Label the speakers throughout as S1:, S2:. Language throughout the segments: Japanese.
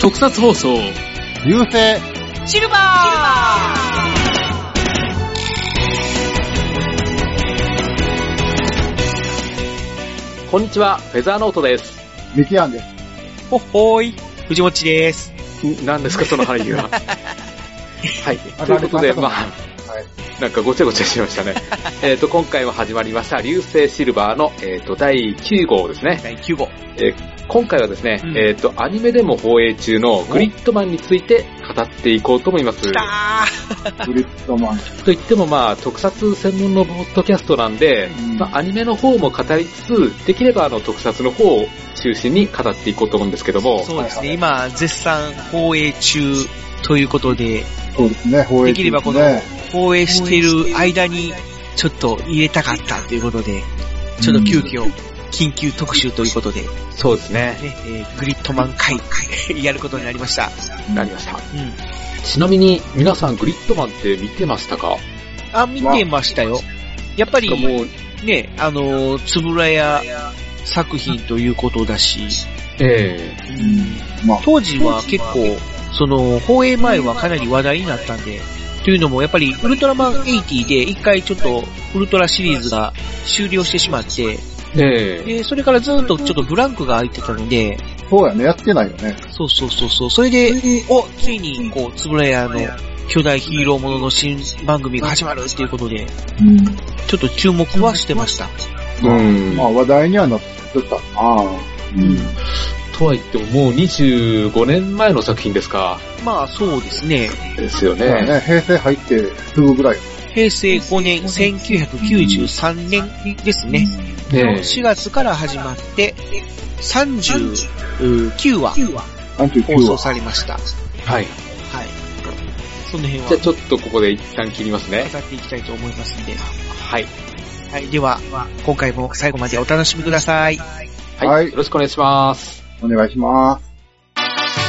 S1: 特撮放送。
S2: 流星。
S3: シルバー
S1: こんにちは、フェザーノートです。
S2: ミキアンです。
S4: ほっほーい。藤持ちです。
S1: 何ですか、その俳 優は。はい。
S2: あ
S1: ということで、
S2: あれ
S1: まあ、
S2: はい。
S1: なんかごちゃごちゃしま したね。えっと、今回も始まりました、流星シルバーの、えっ、と、第9号ですね。
S4: 第9号。
S1: 今回はですね、
S4: うん
S1: えっ、と、アニメでも放映中のグリッドマンについて語っていこうと思います。
S4: だ
S2: グリッドマン。
S1: といってもまあ、特撮専門のポッドキャストなんで、
S2: うん
S1: まあ、アニメの方も語りつつ、できればあの、特撮の方を中心に語っていこうと思うんですけども、
S4: そうですね、
S2: はい
S4: 今、絶賛放映中ということで、
S2: そうですね、放映
S4: できればこの
S2: ね、
S4: 放映している間に、ちょっと入れたかったということで、ちょっと急遽、緊急特集ということで、ね、
S1: そうですね。
S4: えーグリッドマン会、 やることになりました。
S1: なりました。
S4: うん。
S1: ちなみに、皆さんグリッドマンって見てましたか
S4: あ、見てましたよ。やっぱり、
S1: もう、
S4: ね、あのー、つぶらや作品ということだし、
S1: ええ
S2: まあ、
S4: 当時は結構、その、放映前はかなり話題になったんで、というのもやっぱりウルトラマン80で一回ちょっとウルトラシリーズが終了してしまって、
S1: ええ
S4: で、それからずっとちょっとブランクが空いてたので、
S2: そうやね、やってないよね。
S4: そうそうそうそう、それで、お、ついにこう、つぶらやの巨大ヒーローものの新番組が始まるっていうことで、
S2: うん。
S4: ちょっと注目はしてました。
S1: うん
S2: まあ、話題にはなってたなうん。
S1: とはいってももう25年前の作品ですか。
S4: まあそうですね、
S1: ですよ
S2: そうや
S1: ね。
S2: ね、平成入ってすぐぐらい。
S4: 平成5年、1993年ですね。
S1: ね
S4: 4月から始まって、39話
S2: 39
S4: 放送
S2: 話。
S4: されました。は
S1: は
S4: い。
S1: い。
S4: その辺は
S1: じゃあちょっとここで一旦切りますね。
S4: 語っていきたいと思いますんで。
S1: はい。
S4: はい。では、今回も最後までお楽しみください。
S1: はい。
S2: はい
S1: よろしくお願いします。
S2: お願いします。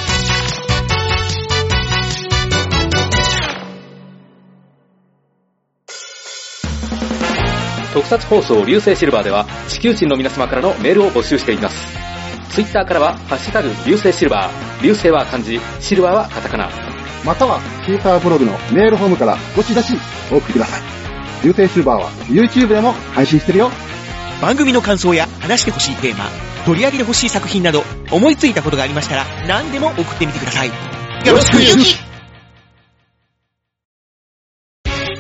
S1: 特撮放送流星シルバーでは地球人の皆様からのメールを募集しています。ツイッターからは、ハッシュタグ、流星シルバー。流星は漢字、シルバーはカタカナ。
S2: または、シーサーブログのメールフォームからどしどしお送りください。流星シルバーは YouTube でも配信してるよ。
S4: 番組の感想や話してほしいテーマ、取り上げてほしい作品など、思いついたことがありましたら、何でも送ってみてください。よろしくゆき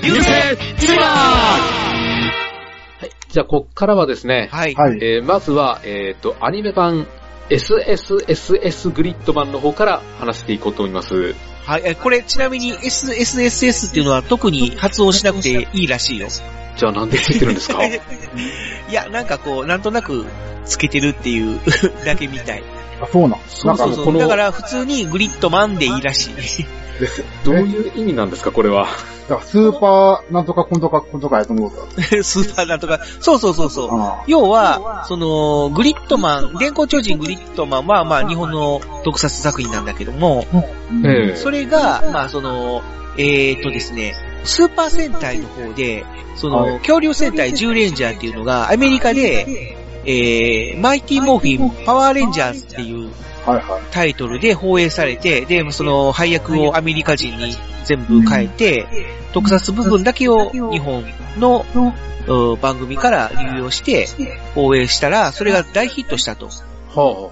S4: 流星
S1: シルバーはい。じゃあ、こっからはですね、
S4: はい。
S2: はい。
S1: えーまずは、えっ、と、アニメ版 SSSS グリッド版の方から話していこうと思います。
S4: はい。えこれ、ちなみに SSSS っていうのは特に発音しなくていいらしいよ。
S1: じゃあなんでついてるんです か
S4: いや、なんかこう、なんとなくつけてるっていう だけみたい。
S2: あ、そうなん。
S1: そ
S2: な
S1: うん
S2: か
S1: そう
S2: も
S1: そううこの
S4: だから普通にグリッドマンでいいらしい。
S1: どういう意味なんですか、これは。
S2: だからスーパーなんとかこんとかこんとかやと思うと。
S4: スーパーなんとか。そうそうそうそう。
S2: あ
S4: 要は、その、グリッドマン、電光超人グリッドマンは、まあ、日本の特撮作品なんだけども、
S2: ー
S1: ええ
S4: それが、まあ、その、えーっとですね、スーパー戦隊の方で、そ
S2: は
S4: の、恐竜戦隊10レンジャーっていうのが、アメリカで、えー、マイティモーフィン、パワーレンジャーズっていう
S2: はいはい。
S4: タイトルで放映されて、で、その配役をアメリカ人に全部変えて、特撮部分だけを日本のうん番組から流用して放映したら、それが大ヒットしたと
S1: は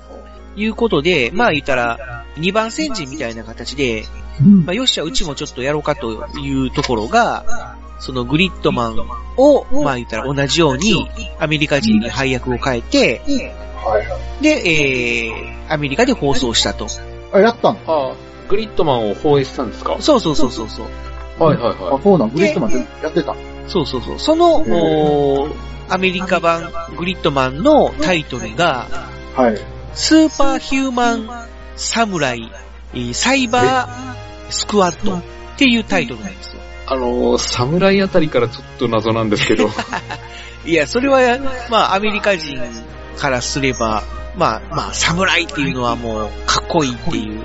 S4: いうことで、まあ言ったら、2番戦時みたいな形で、まあよっしゃ、うちもちょっとやろうかというところが、そのグリッドマンを、まあ言ったら同じようにアメリカ人に配役を変えて、
S2: はいはい。
S4: で、えー、アメリカで放送したと。
S2: あ、やったの
S1: あ、はあ、グリッドマンを放映したんですか
S4: そうそうそうそうそう。
S1: はいはい
S2: あ
S1: は、
S2: そうなん。グリッドマン全部やってた。
S4: そうそうそう。その、
S2: うん
S4: おーアメリカ版グリッドマンのタイトルが、
S2: はい。
S4: スーパーヒューマンサムライえーサイバースクワットっていうタイトルなんです
S1: い。
S4: よ。
S1: あのー、侍あたりからちょっと謎なんですけど。
S4: いや、それは、まあ、アメリカ人からすれば、まあ、まあ、サムライっていうのはもう、かっこいいっていう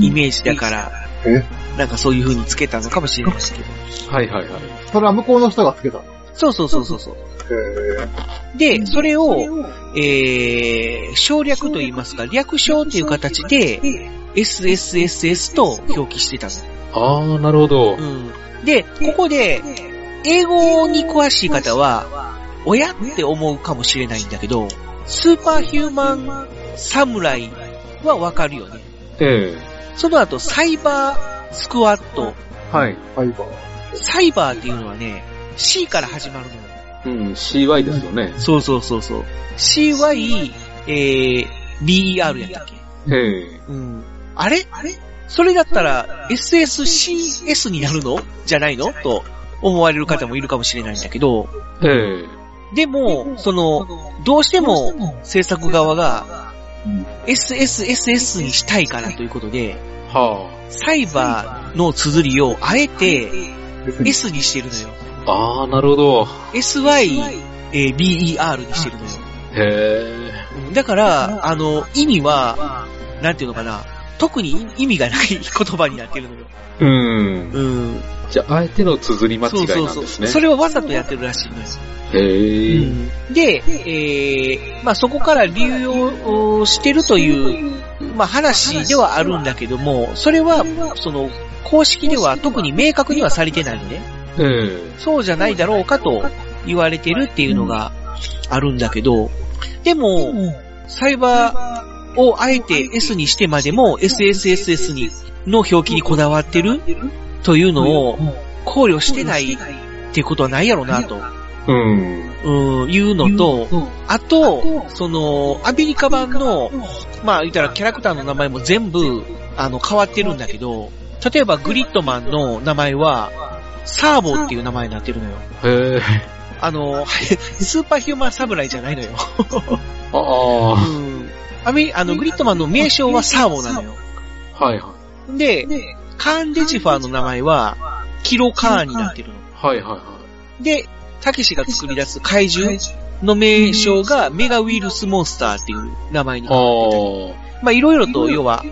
S4: イメージだから、
S2: え
S4: なんかそういう風につけたのかもしれないですけど。
S1: はいはいはい。
S2: それは向こうの人がつけたの。
S4: そうそうそうそうそう。
S2: へ
S4: で、それを、えー、省略と言いますか、略称っていう形で、SSSS と表記してた
S1: あー、なるほど。
S4: の。うん。で、ここで、英語に詳しい方は、親って思うかもしれないんだけど、スーパーヒューマン侍はわかるよね。
S1: ええ
S4: その後、サイバースクワット。
S1: はい。
S2: ファイバー。
S4: サイバーっていうのはね、C から始まるのよ。
S1: うん、CY ですよね。
S4: そうそうそうそう。CY、えー、BER やったっけ
S1: ええ
S4: うん。あれそれだったら SSCS になるのじゃないのと思われる方もいるかもしれないんだけど、
S1: ええ
S4: でも、その、どうしても制作側が
S2: うん、
S4: SSSS にしたいからということで、
S1: は
S4: サイバーの綴りをあえて
S2: 別に
S4: S にしてるのよ。
S1: あ。あー、なるほど。
S4: SY、えー BER にしてるのよ。
S1: へ
S4: だから、あの、意味は、なんていうのかな、特に意味がない言葉になってるのよ。
S1: えうん。
S4: うん。
S1: じゃあ、あえての綴り間違い
S4: そう
S1: な
S4: そ
S1: んで
S4: う
S1: す
S4: そう。
S1: ね。
S4: それはわざとやってるらしいんです。
S1: へえ、
S4: で、えー、まあそこから流用をしてるという、まあ話ではあるんだけども、それは、その、公式では特に明確にはされてないのね。
S1: ええ
S4: そうじゃないだろうかと言われてるっていうのがあるんだけど、でも、サイバーをあえて S にしてまでも SSSS にの表記にこだわってるというのを考慮してないってことはないやろうなと、
S1: うん。
S4: うん、いうのと、あと、その、アメリカ版の、まあ言ったらキャラクターの名前も全部、あの、変わってるんだけど、例えばグリッドマンの名前は、サーボっていう名前になってるのよ。
S1: へえ。
S4: あの、 スーパーヒューマン侍じゃないのよ。
S1: ああ
S4: アメあの、グリッドマンの名称はサーボなのよ。
S1: ー。はいは
S4: で、カーン・デジファーの名前は、キロ・カーンになってるの。
S1: い。はいはいは
S4: で、たけしが作り出す怪獣の名称がメガウイルスモンスターっていう名前に
S1: い。
S4: 変わってたり
S1: あ
S4: まあいろいろと、要は、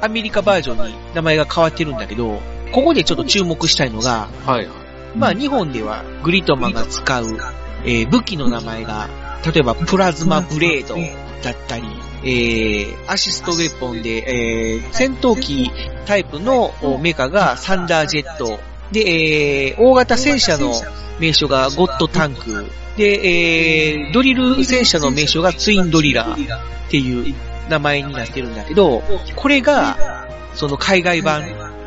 S4: アメリカバージョンに名前が変わってるんだけど、ここでちょっと注目したいのが、
S1: あ。はいはい。
S4: まあ日本ではグリッドマンが使う、えー武器の名前が、例えばプラズマブレードだったり、えーアシストウェポンで、えー戦闘機タイプのおメカがサンダージェット、で、えー大型戦車の名称がゴッドタンク、で、えードリル戦車の名称がツインドリラーっていう名前になってるんだけど、これが、その海外版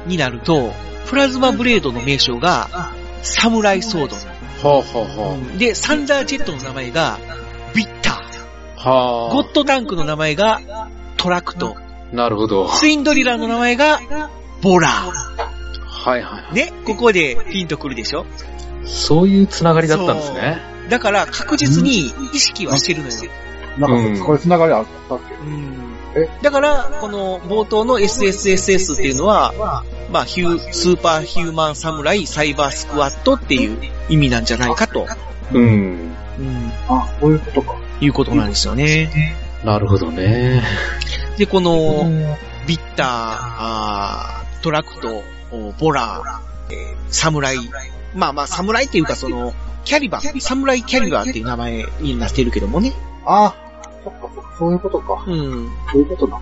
S4: になると、プラズマブレードの名称が、サムライソード
S1: はあは
S4: で、サンダージェットの名前が、ビッタ
S1: あはあ。
S4: ー。
S1: は
S4: ゴッドタンクの名前が、トラクト。
S1: あ。なるほど。は
S4: ツインドリラーの名前が、ボラ
S1: いは
S4: ー。ね、ここでピンとくるでしょ
S1: い。そういうつながりだったんですね。
S4: だから確実に意識はしてるのよ。
S2: なん
S1: うん
S2: か、これ繋がりあったっけ
S4: うん
S2: え
S4: だから、この冒頭の SSSS っていうのは、まあ、ヒュー、スーパーヒューマンサムライサイバースクワットっていう意味なんじゃないかと、
S1: うん。
S4: うん
S2: あ、そういうことか。
S4: いうことなんですよね。
S1: なるほどね。
S4: で、この、ビッター、あートラクト、おボラー、えーサムライ。まあまあ、サムライっていうかその、キャリバー、サムライキャリバーっていう名前になってるけどもね。
S2: あ、そっかそっか、そういうことか。
S4: うん。
S2: そういうことな。
S4: は、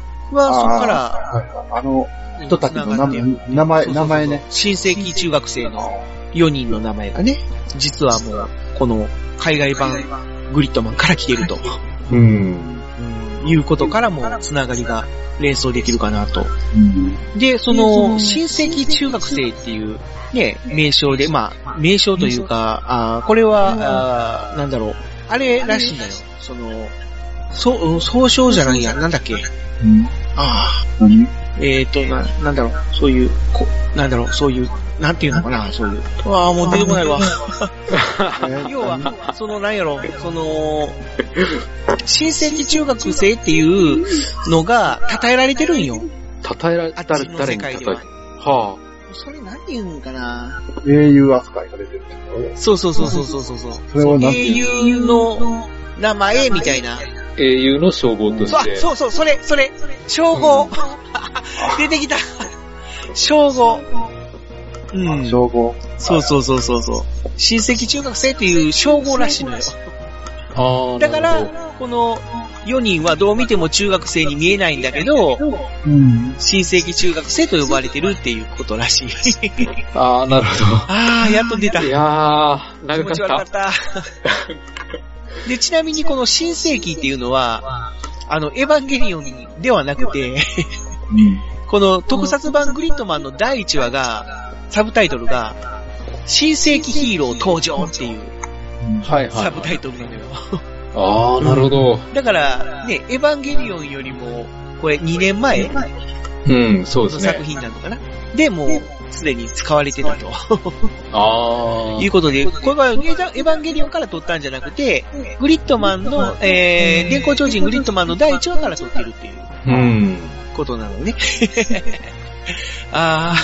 S4: そこか
S2: あ
S4: ら、
S2: ーはいはいあの、
S4: うん
S2: 人たちの
S4: 繋が
S2: 名
S4: って
S2: 前、名前、
S4: そうそうそう
S2: 名前ね。。
S4: 新世紀中学生の4人の名前がね、実はもう、この海外版グリッドマンから来てると、
S1: うん。
S4: いうことからもつながりが連想できるかなと。
S2: うん。
S4: で、その、新世紀中学生っていう、ね、名称で、まあ、名称というか、あーこれは、あーなんだろう、あれらしいんだよ。その、そう、総称じゃないや、なんだっけ。ああ、
S2: 何
S4: えー、と、な、なんだろう、そういう、こ、なんだろう、そういう、なんていうのかな、そういう。ああ、もう出てこないわ。 要は、その、なんやろ、その、新世紀中学生っていうのが、称えられてるんよ。
S1: たたえられ、
S4: あっ
S1: 誰
S4: ちの
S1: 誰
S4: 世
S1: にたた
S4: 界
S1: え
S4: では。
S1: は
S4: それ何て言うんかな。
S2: 英雄扱いが出てる。
S4: そうそうそうそうそうそうそう。
S2: それは何て
S4: 英
S2: いう
S4: 雄の名前みたいな。
S1: あ、英雄の称号と
S4: そう、
S1: し
S4: あ
S1: て。
S4: そうそう、それ、それ、称号。出てきた。称号。うん。
S2: 称号。
S4: そうそうそうそうそう。親戚中学生っていう称号らしいのよ。
S1: ああ。
S4: だか
S1: なるほど
S4: ら、この4人はどう見ても中学生に見えないんだけど、
S5: うん。
S4: 親戚中学生と呼ばれてるっていうことらしい。
S1: ああ、なるほ
S4: あー、やっと出た。
S1: ど。い
S4: 気
S1: やー、長
S4: 持ち
S1: か
S4: 悪かっ
S1: った。
S4: た。で、ちなみにこの新世紀っていうのは、あの、エヴァンゲリオンではな くて、この特撮版グリッドマンの第1話が、サブタイトルが、新世紀ヒーロー登場っていう
S1: はいは
S4: サ
S1: い
S4: ブ。タイトルなのよ。
S1: ああ、なるほど。
S4: だから、ね、エヴァンゲリオンよりも、これ2年前の
S1: うん、そうです
S4: 作
S1: ね。
S4: 品なのかな。で、もう、すでに使われてたと。
S1: ああ
S4: いう。ことで、これはエヴァンゲリオンから撮ったんじゃなくて、グリットマンの、えー、電光超人グリットマンの第1話から撮ってるっていう
S1: うん。
S4: ことなのね。 あ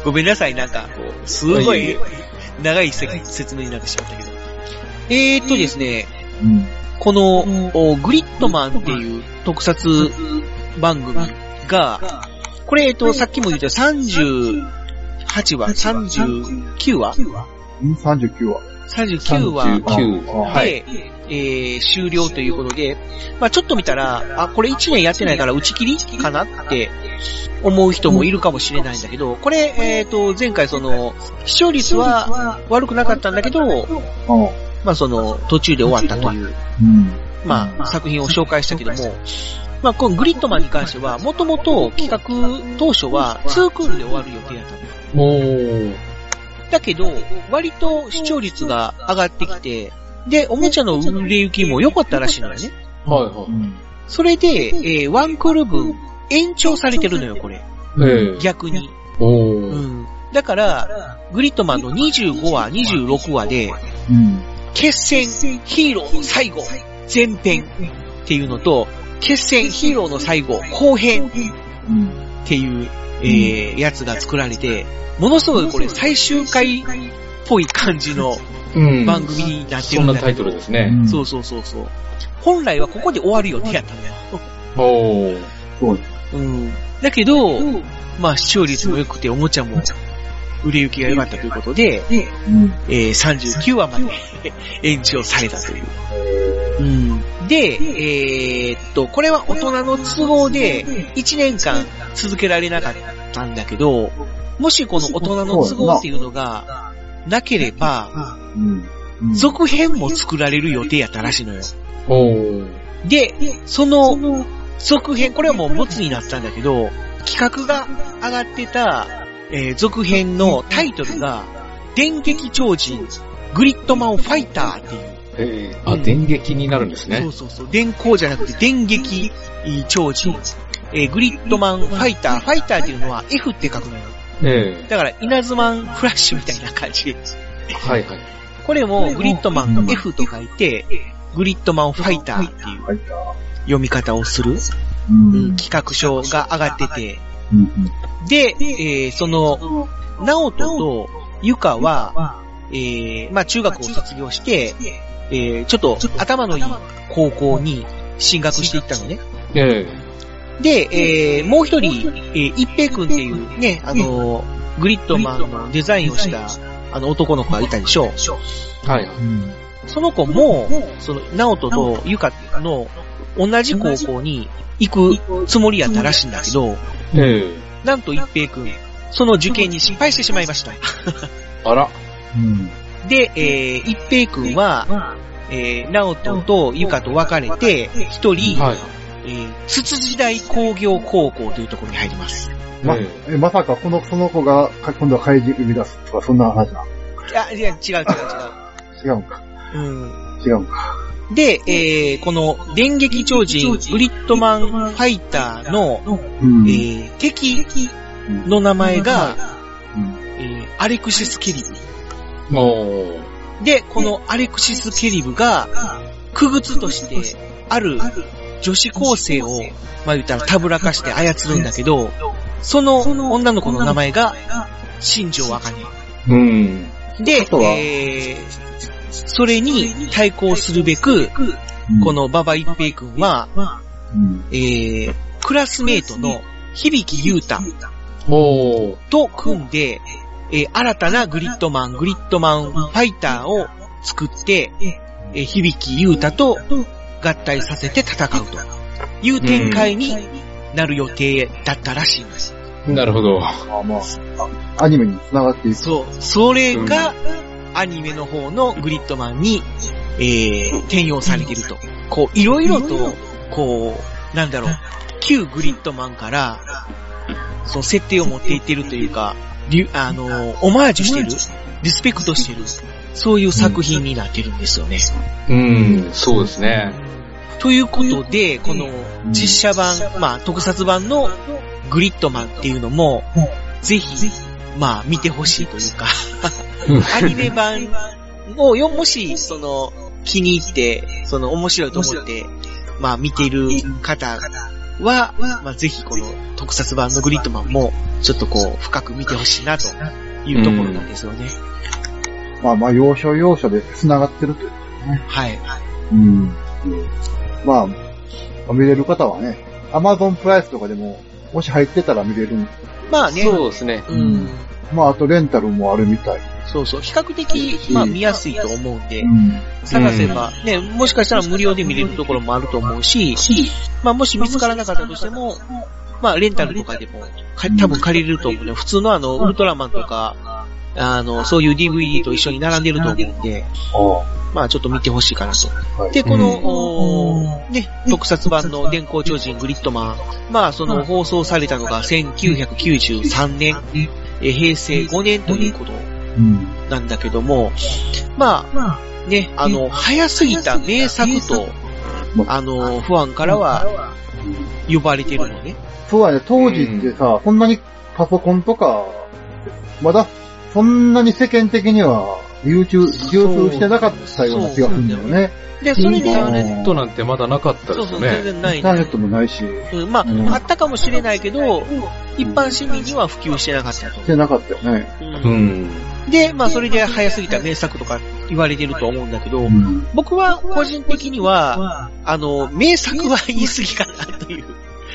S4: ー、ごめんなさい、なんか、こうすごい長い説明になってしまったけど。えーっとですね、
S5: うん。
S4: この、おグリットマンっていう特撮番組が、これ、えっと、さっきも言った38話、39話
S2: うん39は。
S4: ?39 話
S1: 39。は
S4: で、えー終了ということで、まあちょっと見たら、あ、これ1年やってないから打ち切りかなって思う人もいるかもしれないんだけど、これ、えっ、と、前回その、視聴率は悪くなかったんだけど、
S2: うん。
S4: まあその、途中で終わったという、
S5: うん。
S4: まあ作品を紹介したけども、まあこのグリッドマンに関しては、もともと企画当初は2クールで終わる予定だったんだよ
S1: い。もう、
S4: だけど、割と視聴率が上がってきて、で、おもちゃの売れ行きも良かったらしいのよね。
S1: はいは
S4: それで、えーワンクール分延長されてるのよ、これ。
S1: い。ええ。
S4: 逆に。
S1: おー
S4: うん。だから、グリッドマンの25話、26話で、
S5: うん。
S4: 決戦ヒーローの最後、前編っていうのと、決戦ヒーローの最後、後編
S5: うん。
S4: っていう、えーやつが作られて、ものすごいこれ最終回っぽい感じの
S1: うん。
S4: 番組になって
S1: そ
S4: る
S1: ん
S4: ん
S1: な
S4: だ
S1: タイ
S4: け
S1: ト
S4: ど
S1: ルですね。
S4: そうそうそうそう。本来はここで終わる予定やったのよ。
S1: おー
S4: うん。だけど、まあ視聴率も良くておもちゃも売れ行きが良かったということで、
S5: うん。
S4: えー39話まで 延長されたという。うん、で、えーっと、これは大人の都合で1年間続けられなかったんだけど、もしこの大人の都合っていうのがなければ、
S5: うん。
S4: 続編も作られる予定やったらしいのよ。
S1: おー
S4: で、その続編、これはもうボツになったんだけど、企画が上がってた、えー続編のタイトルが、電撃超人、グリッドマンファイターっていう。
S1: ええ。あ、電撃になるんです
S4: そ
S1: ね
S4: う。そうそう。電光じゃなくて電撃超人。えーグリッドマンファイター。ファイターっていうのは F って書くのよ。
S1: え
S4: だから、稲妻マンフラッシュみたいな感じ。
S1: え。はいはい。
S4: これもグリッドマン F と書いて、グリッドマンファイターっていう
S2: はい、じゃあ
S4: 読み方をする
S5: うん。
S4: うん企画書が上がってて、
S5: うん。
S4: で、えーその、ナオトとユカは、えーまあ中学を卒業して、えーちょっと頭のいい高校に進学していったのね。
S1: え
S4: で、えーもう一人、えー一平くんっていうね、あのーグリッドマンのデザインをした、あの男の子がいたでしょう。
S1: え。はいはい。
S5: うん。
S4: その子も、その、ナオトとユカの同じ高校に行くつもりやったらしいんだけど、
S1: ええ。
S4: なんと一平くん、その受験に失敗してしまいました。
S1: あら。
S5: うん。
S4: で、えー、一平くんは、えー、ナオトとユカと別れて、一人、
S1: はい。
S4: えー、つつじ大工業高校というところに入ります。
S2: ま
S1: え
S2: え、まさか、この、その子が、か今度は怪人生み出すとか、そんな話なの
S4: あ、いや、違う違う
S2: 違うんか。
S4: 違う。うん。
S2: 違うんか。
S4: で、えー、この、電撃超人、グリッドマンファイターの、
S2: うん
S4: えー、敵の名前が、えー、アレクシス・ケリブ。
S1: え。おー
S4: で、このアレクシス・ケリブが、くぐつとして、ある女子高生を、まあ言ったらたぶらかして操るんだけど、その女の子の名前が、新庄茜。
S1: うん。
S4: で
S2: と、は
S4: えー、それに対抗するべく、こ、の馬場一平君は、
S5: うん。
S4: えー、クラスメイトの響優太
S1: おー
S4: と組んで、ええー新たなグリッドマン、グリッドマンファイターを作って、えー響きゆうたと合体させて戦うという展開になる予定だったらしいんです。
S1: なるほど。
S2: ああ、まあ、アニメに繋がっていく。
S4: そう。それが、アニメの方のグリッドマンに、えー、転用されていると。こう、いろいろと、こう、なんだろう、旧グリッドマンから、その設定を持っていってるというか、りゅあのー、オマージュしてる、リスペクトしてる、そういう作品になってるんですよね。
S1: うん、そうですね。
S4: ということで、この実写版、まあ、特撮版のグリッドマンっていうのも、ぜひ、まあ、見てほしいというか、 アニメ版をよ、もし、その、気に入って、その、面白いと思って、まあ、見ている方は、まあ、ぜひ、この、特撮版のグリッドマンも、ちょっとこう、深く見てほしいな、というところなんですよね。
S2: まあまあ、要所要所で繋がってるという。
S4: はい。
S5: うん。
S2: まあ、見れる方はね、アマゾンプライスとかでも、もし入ってたら見れるんで
S4: まあね、
S1: そうですね。
S4: うん。
S2: まあ、あとレンタルもあるみたい。
S4: そうそう、比較的、まあ、見やすいと思うんで
S5: う、ん。
S4: 探せば、ね、もしかしたら無料で見れるところもあると思うし、まあもし見つからなかったとしても、まあレンタルとかでも、か多分借りれると思うね。普通のあの、ウルトラマンとか、あの、そういう DVD と一緒に並んでると思うんで、
S2: あ
S4: まあちょっと見てほしいかなと。
S2: はい
S4: で、こ
S1: う
S4: の、
S1: ん
S4: おーね、特撮版の電光超人グリッドマン、まあその放送されたのが1993年、えー平成5年ということ
S5: うん。
S4: なんだけども、まあ、ね、あの、早すぎた名作と、あの、ファンからは呼ばれてるのね。
S2: そうだね、当時ってさ、そんなにパソコンとか、まだ、そんなに世間的には、流通、流通してなかったような気がするんだよね。
S4: で、それで、
S1: インタ
S4: そ
S1: ーネットなんてまだなかったで
S4: う
S1: す
S4: そ
S1: よ
S4: う、全
S1: ね。
S4: 然な
S2: イ
S4: い
S2: ンターネ
S4: ね
S2: ッ。トもないし、し
S4: うんま
S5: うん
S4: あ、あったかもしれないけど、一般市民には普及してなかった
S2: て
S4: と。
S2: なかったよね。
S4: うん
S1: うん。
S4: で、まあ、それで早すぎた名作とか言われてると思うんだけど
S5: う、ん。
S4: 僕は個人的には、あの、名作は言い過ぎかなという。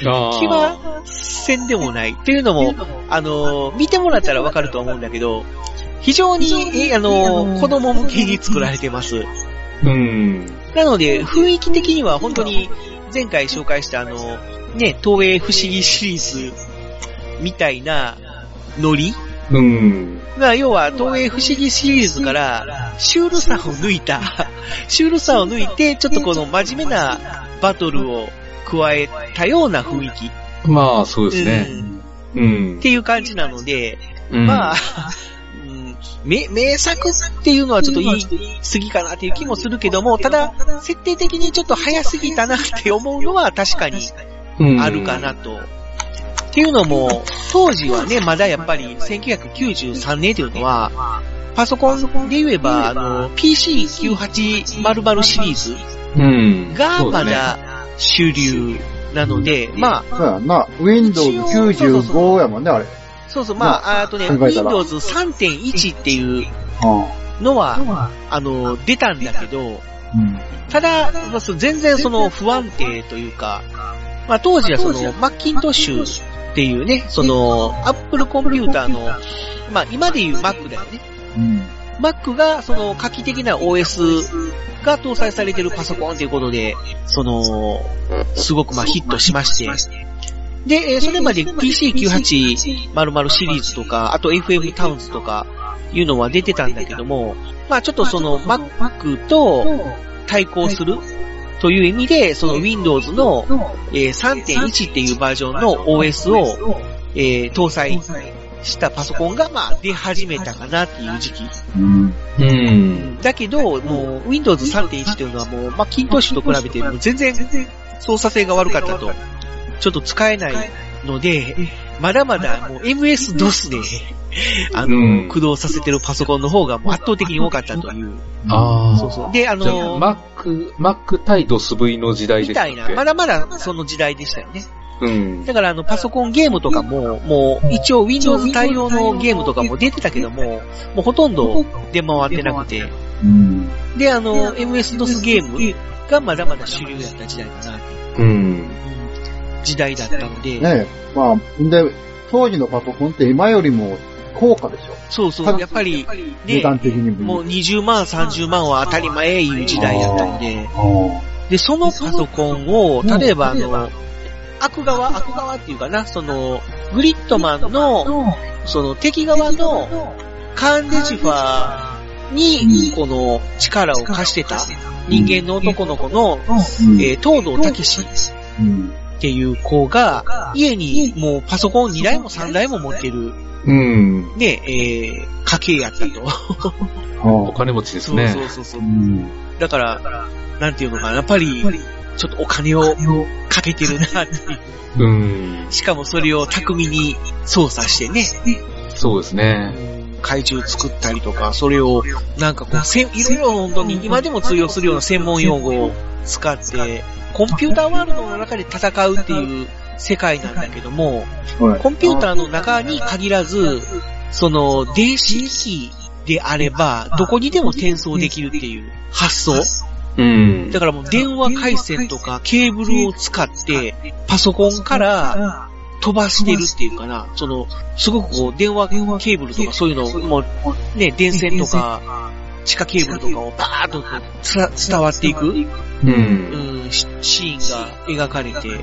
S1: あ
S4: 気
S1: あ。
S4: はせんでもない。というのも、あの、見てもらったらわかると思うんだけど、非常に、えあの、子供向けに作られてます。
S1: うん。
S4: なので、雰囲気的には本当に、前回紹介したあの、ね、東映不思議シリーズみたいなノリ
S1: うん。
S4: まあ、要は、東映不思議シリーズから、シュールさを抜いた、 シュールさを抜いて、ちょっとこの真面目なバトルを加えたような雰囲気。
S1: まあ、そうです
S4: う
S1: ね。
S4: ん
S1: うん
S4: っ。ていう感じなので、
S1: うん
S4: まあ、うん名、名作っていうのはちょっと言い過ぎかなっていう気もするけども、ただ、設定的にちょっと早すぎたなって思うのは確かに
S1: うん
S4: あるかな。と。っていうのも、当時はね、まだやっぱり1993年というのは、パソコンで言えば、あの、PC9800 シリーズ
S1: うん。
S4: が
S1: そう
S4: ま
S1: だね
S4: だ主流なので、まあ、
S2: そうやんな、Windows95 やもんね、あれ。
S4: そうそう、まあ、あとね、
S2: 考えたら
S4: Windows 3.1っていうのは、あの、出たんだけど、
S5: うん。
S4: ただ、まあ、そ全然その不安定というか、まあ当時はその、マッキントッシュっていうね、その、Apple コンピューターの、まあ今で言う Mac だよね。
S5: うん。
S4: Mac がその画期的な OS が搭載されてるパソコンということで、その、すごくまあヒットしまして、で、えーそれまで PC9800 シリーズとか、あと FM タウンズとかいうのは出てたんだけども、まあちょっとその Mac と対抗するという意味で、その Windows の、えー3.1っていうバージョンの OS を、えー搭載したパソコンがまあ出始めたかなっていう時期。
S5: うん。
S1: うん。
S4: だけど、もう Windows 3.1というのはもう、まあ、キントッシュと比べてもう全然操作性が悪かったと。ちょっと使えないので、まだまだもう MS-DOS で、あ
S1: う
S4: の、
S1: ん
S4: 駆動させてるパソコンの方がもう圧倒的に多かったという。
S1: ああ。
S4: そうそう。で、あ
S1: じゃあ、
S4: の、
S1: Mac、Mac 対 DOSV の時代でし
S4: み
S1: たったけ
S4: いな、まだまだその時代でしたよね。
S1: うん。
S4: だからあの、パソコンゲームとかも、もう一応 Windows 対応のゲームとかも出てたけども、もうほとんど出回ってなくて、
S5: うん。
S4: で、あの、MS-DOS ゲームがまだまだ主流だった時代かな、
S1: うん。
S4: 時代だったので、
S2: ねまあ、で、当時のパソコンって今よりも高価でしょ。
S4: そうそう、やっぱり、
S2: 値
S4: ね、
S2: 段的にも
S4: もう20万、30万は当たり前いう時代やったんで、で、そのパソコンを、例えばあの、悪側、悪側っていうかな、その、グリッドマンの、その敵側のカンデジファーに、この力を貸してた人間の男の子の、えー、東堂武史っていう子が、家にもうパソコン2台も3台も持ってる、
S1: うん。
S4: ね、えー、家系やったと。
S1: お金持ちです
S4: そう
S1: ね。
S4: そうそうそう。だから、なんていうのかな、やっぱり、ちょっとお金をかけてるなっていう。
S1: うん。
S4: しかもそれを巧みに操作してね、
S1: そうですね。
S4: 怪獣作ったりとか、それを、なんかこう、せんいろいろ本当に今でも通用するような専門用語を使って、コンピューターワールドの中で戦うっていう世界なんだけども、
S2: はい
S4: コンピューターの中に限らず、その、電子機器であれば、どこにでも転送できるっていう発想。
S1: うん
S4: だ。からもう電話回線とかケーブルを使って、パソコンから飛ばしてるっていうかな、その、すごくこう電話ケーブルとかそういうのを、もうね、電線とか、地下ケーブルとかをバーッとつら伝わっていく、
S1: う。
S4: うんん、シシーンが描かれて、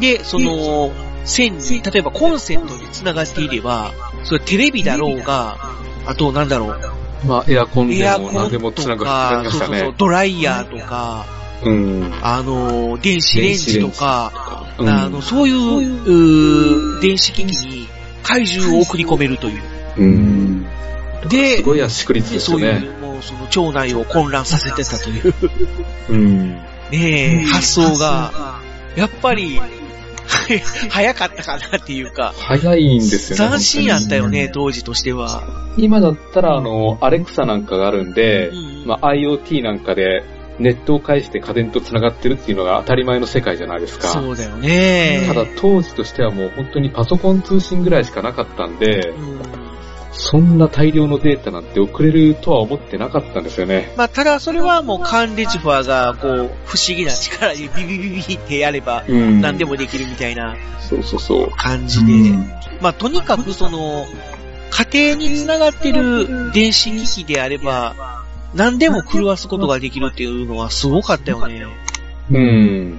S4: で、その、線に、例えばコンセントに繋がっていれば、それテレビだろうが、あとなんだろう、
S1: まあ、エアコン
S4: エ
S1: で
S4: ア
S1: も
S4: コ
S1: 何
S4: ン
S1: でも
S4: と
S1: 繋が
S4: か
S1: り、ま
S4: そ
S1: し
S4: う
S1: た
S4: そうそう
S1: ね、。
S4: ドライヤーとか、
S1: うん。
S4: あの、電子レンジと
S1: 電子レンジ
S4: か、
S1: とかうん
S4: あの、そういう、うー電子機器に怪獣を送り込めるという。
S1: うん。
S4: で、
S1: すごい足く率
S4: で
S1: ですよ
S4: そうい
S1: ね。
S4: う、もうその、町内を混乱させてたと いう、
S1: うん。
S4: ねえ、発想が、やっぱり、 早かったかなっていうか、
S1: 早いんですよね。
S4: 斬新やったよね、
S1: 本
S4: 当時としては。
S1: 当に。今だったら、あの、アレクサなんかがあるんで、
S4: うん
S1: まあ、IoT なんかで、ネットを介して家電と繋がってるっていうのが当たり前の世界じゃないですか。
S4: そうだよね。
S1: ただ当時としてはもう本当にパソコン通信ぐらいしかなかったんで
S4: う、ん
S1: そんな大量のデータなんて送れるとは思ってなかったんですよね。
S4: まあ、ただそれはもうカンデジファーが、こう、不思議な力でビビビビってやれば、
S1: うん
S4: 何でもできるみたいな
S1: そうそうそう。
S4: 感じで、まあ、とにかくその、家庭に繋がってる電子機器であれば、何でも狂わすことができるっていうのはすごかったよね。
S1: うん。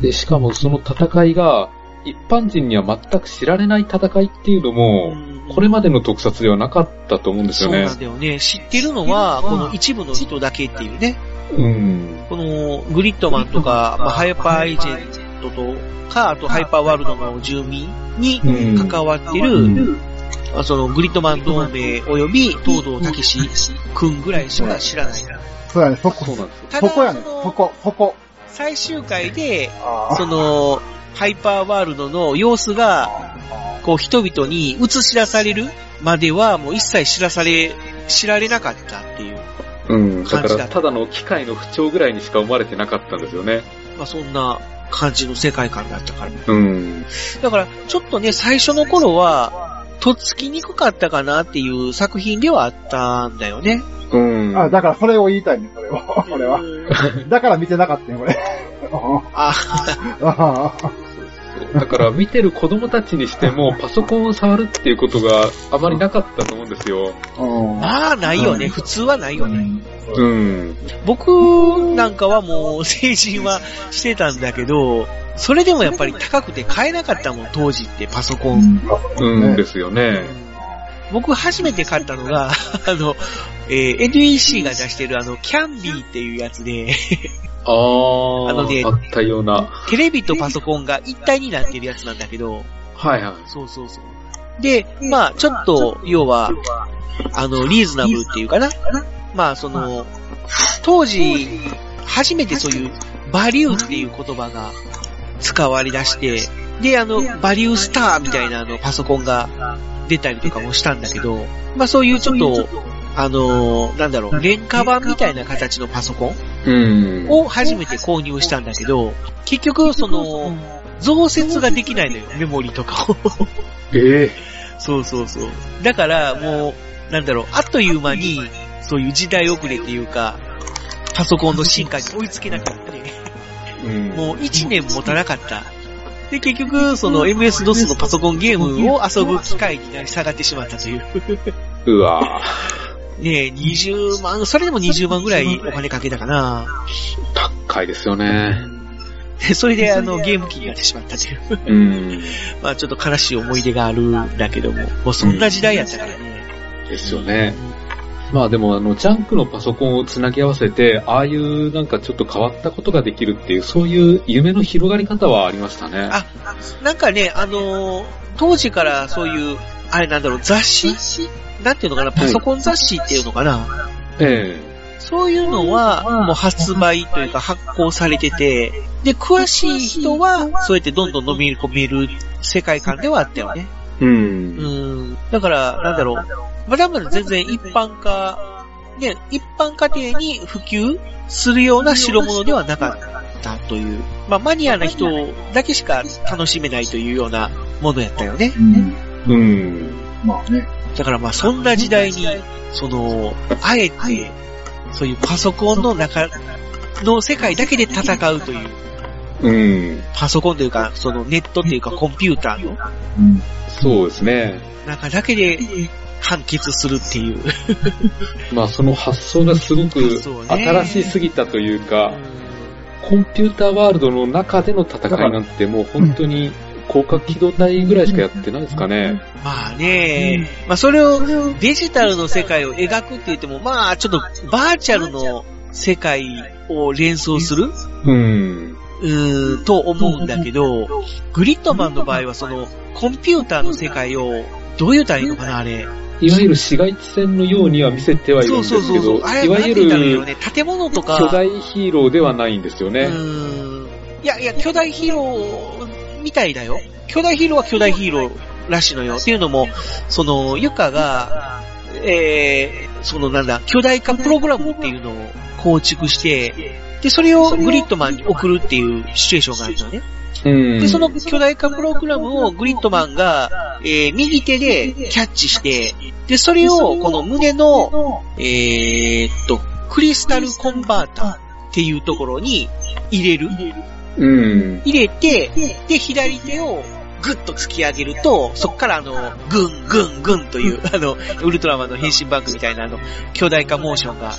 S1: で、しかもその戦いが、一般人には全く知られない戦いっていうのも、これまでの特撮ではなかったと思うんです
S4: そ
S1: よ
S4: う
S1: ね
S4: な。んだよね。知ってるのは、この一部の人だけっていうね。
S1: うん。
S4: この、グリッドマンとか、まあ、ハイパーアイジェントとか、あとハイパーワールドの住民に
S1: うん
S4: 関わってる、まあそのグリッドマン同盟及び東堂武史くんぐらいしか知らない。
S2: そうやね、そこ
S1: そ、うなんですよ。
S4: た
S2: そ
S4: だ、
S2: こやね、
S4: その
S2: そこ、そこ。
S4: 最終回で、
S2: あ
S4: その、ハイパーワールドの様子が、
S2: あ。
S4: こう人々に映し出されるまではもう一切知らされ、知られなかったっていう。
S1: うん。だ
S4: 感
S1: か
S4: じだ
S1: ら、ただの機械の不調ぐらいにしか思われてなかったんですよね。
S4: まあそんな感じの世界観だったから。
S1: うん。
S4: だから、ちょっとね、最初の頃は、とっつきにくかったかなっていう作品ではあったんだよね。
S1: うん。
S2: あ、だからそれを言いたいね、それは。これは。だから見てなかったね、これ。
S4: あ、
S2: ああ。
S1: だから見てる子供たちにして も、パソコンを触るっていうことがあまりなかったと思うんですよ。
S2: うん
S4: まあないよね。普通はないよね。
S1: うん。
S4: 僕なんかはもう成人はしてたんだけど、それでもやっぱり高くて買えなかったもん、当時ってパソコン。
S1: うん
S2: ね
S1: ですよね。
S4: 僕初めて買ったのが、あ の、えー NEC が出してるあの、キャンビーっていうやつ で、
S1: ああ、
S4: あのね
S1: あったような。
S4: テレビとパソコンが一体になってるやつなんだけど、
S1: はいはい。
S4: そうそうそう。で、まあ、ちょっと、要は、あの、リーズナブルっていうかな。まあ、その、当時、初めてそういう、バリューっていう言葉が使われ出して、で、あの、バリュースターみたいなあの、パソコンが出たりとかもしたんだけど、まあ、そういうちょっと、あの、なんだろう、廉価版みたいな形のパソコン
S1: うん。
S4: を初めて購入したんだけど、結局、その、増設ができないのよ、メモリとかを。
S1: ええ
S4: そうそうそう。だから、もう、なんだろう、あっという間に、そういう時代遅れっていうか、パソコンの進化に追いつけなくなって、
S1: うん。
S4: もう1年持たなかったで、結局、その MS-DOS のパソコンゲームを遊ぶ機会になり下がってしまったという。
S1: うわぁ、
S4: ねえ、20万、それでも20万ぐらいお金かけたかな。
S1: 高いですよね。
S4: で それで、あの、ゲーム機になってしまったという。
S1: うん。
S4: まあ、ちょっと悲しい思い出があるんだけども、もうそんな時代やったからね。
S1: ですよね。まあでも、あの、ジャンクのパソコンをつなぎ合わせて、ああいうなんかちょっと変わったことができるっていう、そういう夢の広がり方はありましたね。
S4: あなんかね、あのー当時からそういう、あれなんだろう、雑誌なんていうのかな、パソコン雑誌っていうのかな。
S1: え
S4: そういうのは、もう発売というか発行されてて、で、詳しい人は、そうやってどんどん飲み込める世界観ではあったよね。
S1: えうん
S4: う。ん。だから、なんだろう。まだまだ全然一般化、ね、一般家庭に普及するような代物ではなかったという。まあ、マニアな人だけしか楽しめないというようなものやったよね。
S5: うん。
S1: うん。
S2: まあね。
S4: だからまあ、そんな時代に、その、あえて、そういうパソコンの中の世界だけで戦うという、
S1: うん。
S4: パソコンというか、そのネットというかコンピューターの
S5: うん。
S1: そうですね。
S4: 中だけで完結するっていう。
S1: まあその発想がすごく
S4: そうね
S1: 新しすぎたというか、コンピューターワールドの中での戦いなんてもう本当に広角機動隊ぐらいしかやってないですかね。
S4: まあね、まあそれをデジタルの世界を描くって言っても、まあちょっとバーチャルの世界を連想する
S1: うん。
S4: うーんと思うんだけど、グリッドマンの場合はそのコンピューターの世界をどう言うたらいいのかな、あれ。
S1: いわゆる市街地戦のようには見せてはいるん
S4: そ
S1: で
S4: う
S1: す
S4: そうそ
S1: け
S4: うそう。
S1: ど、
S4: あれ、
S1: い
S4: なん
S1: わ
S4: て
S1: ゆ
S4: 言ったらいいの
S1: る
S4: ね。建物とか。
S1: 巨大ヒーローではないんですよね
S4: う。ーんいやいや、巨大ヒーローみたいだよ。巨大ヒーローは巨大ヒーローらしいのよ。っていうのも、その、ゆかが、えー、そのなんだ、巨大化プログラムっていうのを構築して、で、それをグリッドマンに送るっていうシチュエーションがあるのね。
S1: うん。
S4: で、その巨大化プログラムをグリッドマンが、えー、右手でキャッチして、で、それをこの胸の、えー、っと、クリスタルコンバーターっていうところに入れる。
S1: うん。
S4: 入れて、で、左手をグッと突き上げると、そこからあの、グングングンという、あの、ウルトラマンの変身バッグみたいなあの、巨大化モーションが、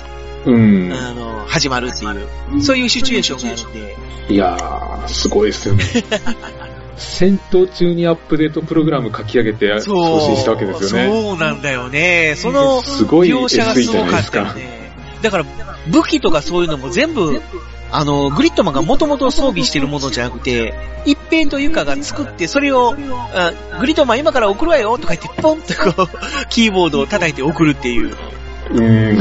S1: うん。
S4: あの、始まるっていう、そういうシチュエーションがあるんで、
S1: いやー、すごいですよ ね。戦闘中にアップデートプログラム書き上げて
S4: そう。
S1: 送信したわけですよね。
S4: そうなんだよね。その、
S1: すごい
S4: 描写が
S1: SE
S4: す
S1: じゃ
S4: ご
S1: ないで
S4: かっ
S1: す
S4: たよ
S1: か。
S4: ね。だから、武器とかそういうのも全部、あの、グリッドマンがもともと装備してるものじゃなくて、一平とユカが作って、それを、あグリッドマン今から送るわよとか言って、ポンとこう、 キーボードを叩いて送るっていう。
S1: うん。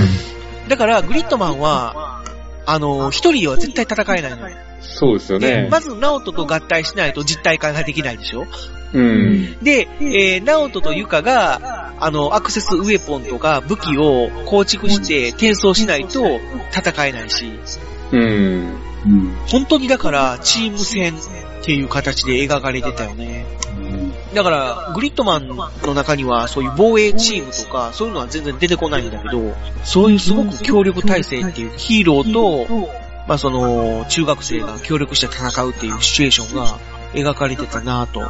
S4: だから、グリッドマンは、あの、一人では絶対戦えないのよ。
S1: そうですよ
S4: で
S1: ね。
S4: まず、ナオトと合体しないと実体化ができないでしょ
S1: うん。
S4: で、えー、ナオトとユカが、あの、アクセスウェポンとか武器を構築して転送しないと戦えないし、
S1: うん。
S5: うん。
S4: 本当にだからチーム戦っていう形で描かれてたよね。だから、グリッドマンの中にはそういう防衛チームとか、そういうのは全然出てこないんだけど、そういうすごく協力体制っていうヒーローと、まあその、中学生が協力して戦うっていうシチュエーションが描かれてたなぁと。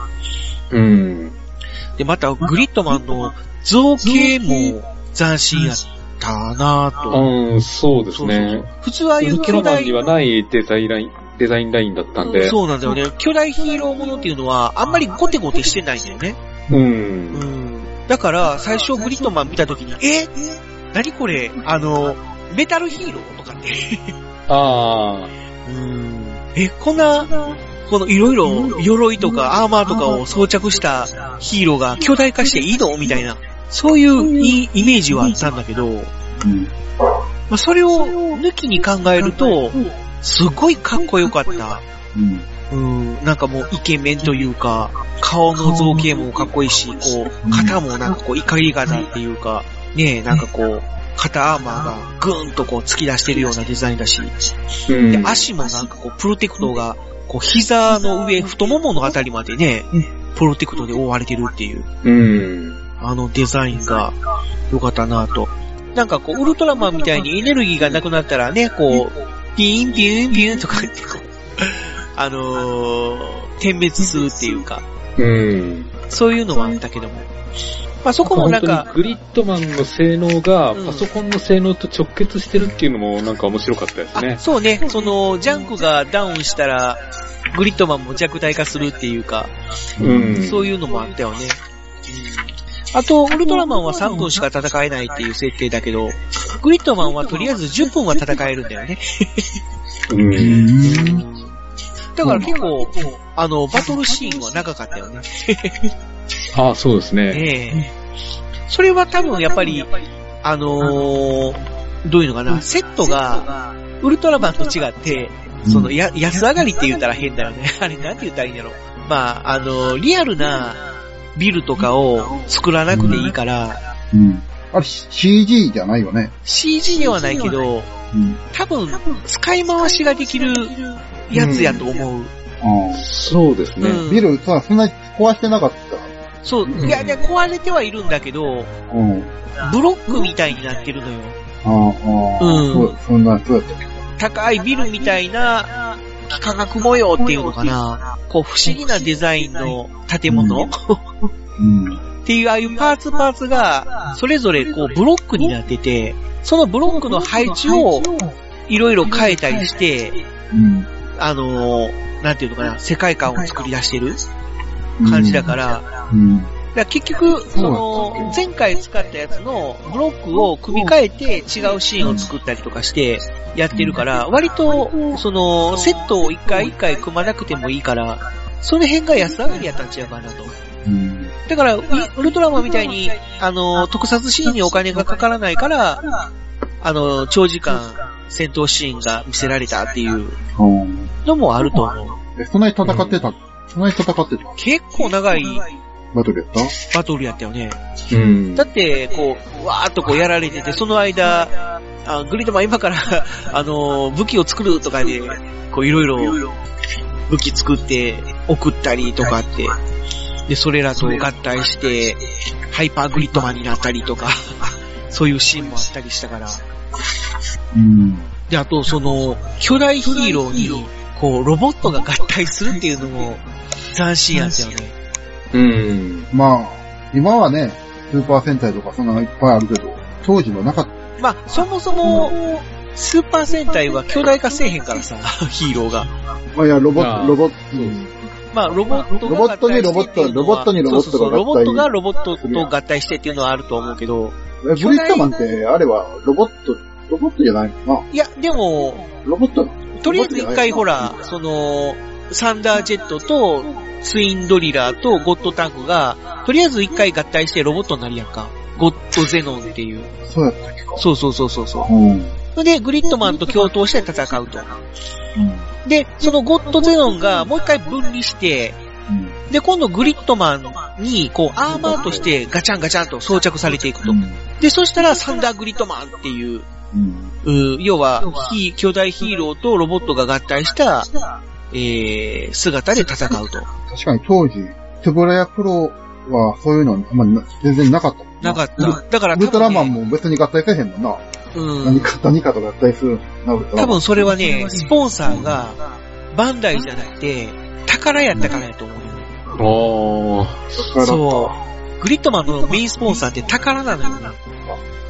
S1: うん。
S4: で、また、グリッドマンの造形も斬新やったなぁと。
S1: うん、そうですね。
S4: 普通ああ
S1: ウ
S4: いう
S1: ルキ
S4: 巨
S1: ャラマン
S4: 大
S1: に、はないデザインライン、デザインラインだったんで。
S4: そうなんだよね。巨大ヒーローものっていうのは、あんまりゴテゴテしてないんだよね。
S1: う。
S4: うんん。だから、最初グリッドマン見たときに、え何これあの、メタルヒーローとかって。
S1: あ
S4: うん。え、こんな、このいろいろ鎧とかアーマーとかを装着したヒーローが巨大化していいのみたいな。そういういイメージはあったんだけど、
S5: うん。
S4: まあ、それを抜きに考えると、すごいかっこよかった。
S5: うん。
S4: うん、なんかもうイケメンというか、顔の造形もかっこいいし、こう、肩もなんかこう、怒り型っていうか、ねえ、なんかこう、肩アーマーがぐーんとこう突き出してるようなデザインだし、
S1: あ。うん。
S4: で、足もなんかこう、プロテクトが、こう、膝の上、太もものあたりまでね、プロテクトで覆われてるっていう。
S1: うん。
S4: あのデザインが良かったなぁと。なんかこう、ウルトラ マンみたいにエネルギーがなくなったらね、こう、ピーンピューンピューンとかってこう、あのー点滅するっていうか、
S1: うん。
S4: そういうのはあったけども。まあそこもな
S1: 本
S4: ん
S1: 当に
S4: か、
S1: グリッドマンの性能が
S4: うん
S1: パソコンの性能と直結してるっていうのもなんか面白かったですね
S4: あ、。そうね、その、ジャンクがダウンしたら、グリッドマンも弱体化するっていうか、
S1: うん。
S4: そういうのもあったよね。うんあと、ウルトラマンは3分しか戦えないっていう設定だけど、グリッドマンはとりあえず10分は戦えるんだよね。
S1: うん。
S4: だから結構、あの、バトルシーンは長かったよね。
S1: ああ、そうですね。
S4: ええそれは多分やっぱり、あのーどういうのかな、セットが、ウルトラマンと違って、その、や、安上がりって言ったら変だよね。 あれなんて言ったらいいんだろう。まあ、あのーリアルなビルとかを作らなくていいから、
S5: うん。
S2: あれ、CG じゃないよね。
S4: CG ではないけど、
S5: うん。
S4: 多分、使い回しができるやつやと思う。
S5: ああ。
S1: そうですね。
S4: うん
S2: ビルさ、そんなに壊してなかった。
S4: そう、いや、いや壊れてはいるんだけど、
S5: うん。
S4: ブロックみたいになってるのよ。
S5: ああ。ああ。
S4: うん。
S2: そう、そんな、そうやっ
S4: 高いビルみたいな幾何学模様っていうのかな。こう不思議なデザインの建物っ
S5: うん。
S4: ていうああいうパーツパーツがそれぞれこうブロックになってて、そのブロックの配置をいろいろ変えたりして、
S5: うん。
S4: あのーなんていうのかな、世界観を作り出してる
S5: うん
S4: 感じだから、だか
S5: うん。
S4: ら結局、その、前回使ったやつのブロックを組み替えて違うシーンを作ったりとかしてやってるから、割と、その、セットを一回一回組まなくてもいいから、その辺が安上がりやったんちゃうかなと。
S5: うん。
S4: だから、ウウルトラマンみたいに、あの、特撮シーンにお金がかからないから、あの、長時間戦闘シーンが見せられたっていう
S5: うん。
S4: のもあると思う。
S2: て。えそんなに戦ってた、そんなに戦ってた
S4: 結構長い
S2: バトルやった
S4: バトルやったよね。
S1: うん
S4: だって、こう、わーっとこうやられてて、その間、あグリッドマン今から、 あのー、武器を作るとかで、こういろいろ武器作って送ったりとかって、で、それらと合体して、ハイパーグリッドマンになったりとか、 そういうシーンもあったりしたから。
S5: うん。
S4: で、あと、その、巨大ヒーローに、こう、ロボットが合体するっていうのも、斬新やったよね。
S1: うん。
S2: まあ、今はね、スーパー戦隊とかそんなのいっぱいあるけど、当時はなかった。
S4: まあ、そもそも、スーパー戦隊は巨大化せえへんからさ、 ヒーローが。
S2: まあいや、ロボ
S1: ま
S2: ッ
S1: あ
S2: ト、ロボット、うん
S4: まあ、ロボットが
S2: ロボットにロボット
S4: 合体してっていうのは
S2: ロボットにロボットが
S4: そうそうそうロボットがロボット
S2: するやん
S4: と合体してっていうのはあると思うけど、
S2: えブリットマンって、あれは、ロボット、ロボットじゃないのか
S4: いや、でも、
S2: なロボットなの
S4: とりあえず一回ほら、その、サンダージェットと、ツインドリラーとゴッドタンクが、とりあえず一回合体してロボットになるやんか。ゴッドゼノンっていう。
S2: そうやったっけか。
S4: そうそうそうそうそ
S5: うん。
S4: う。で、グリッドマンと共闘して戦うと。
S5: うん。
S4: で、そのゴッドゼノンがもう一回分離して、
S5: うん。
S4: で、今度グリッドマンに、こう、アーマーとしてガチャンガチャンと装着されていくと。で、そしたらサンダーグリッドマンっていう、
S5: うん。
S4: うー要は、非巨大ヒーローとロボットが合体した、えー、姿で戦うと。
S2: 確かに当時、つぶらやプロはそういうの、まあな、全然なかったもん。
S4: なかった。だから
S2: ウルトラマン
S4: も。
S2: も別に合体せえへんもんな。
S4: う
S2: 何
S4: ん。
S2: か、何かと合体するな、ウルトラ
S4: 多
S2: マン。
S4: 分それはね、スポンサーが、バンダイじゃなくて、宝やったからやと思うよ。
S1: ああ。
S2: だから、
S4: そう。グリッドマンのメインスポンサーって宝なのよな。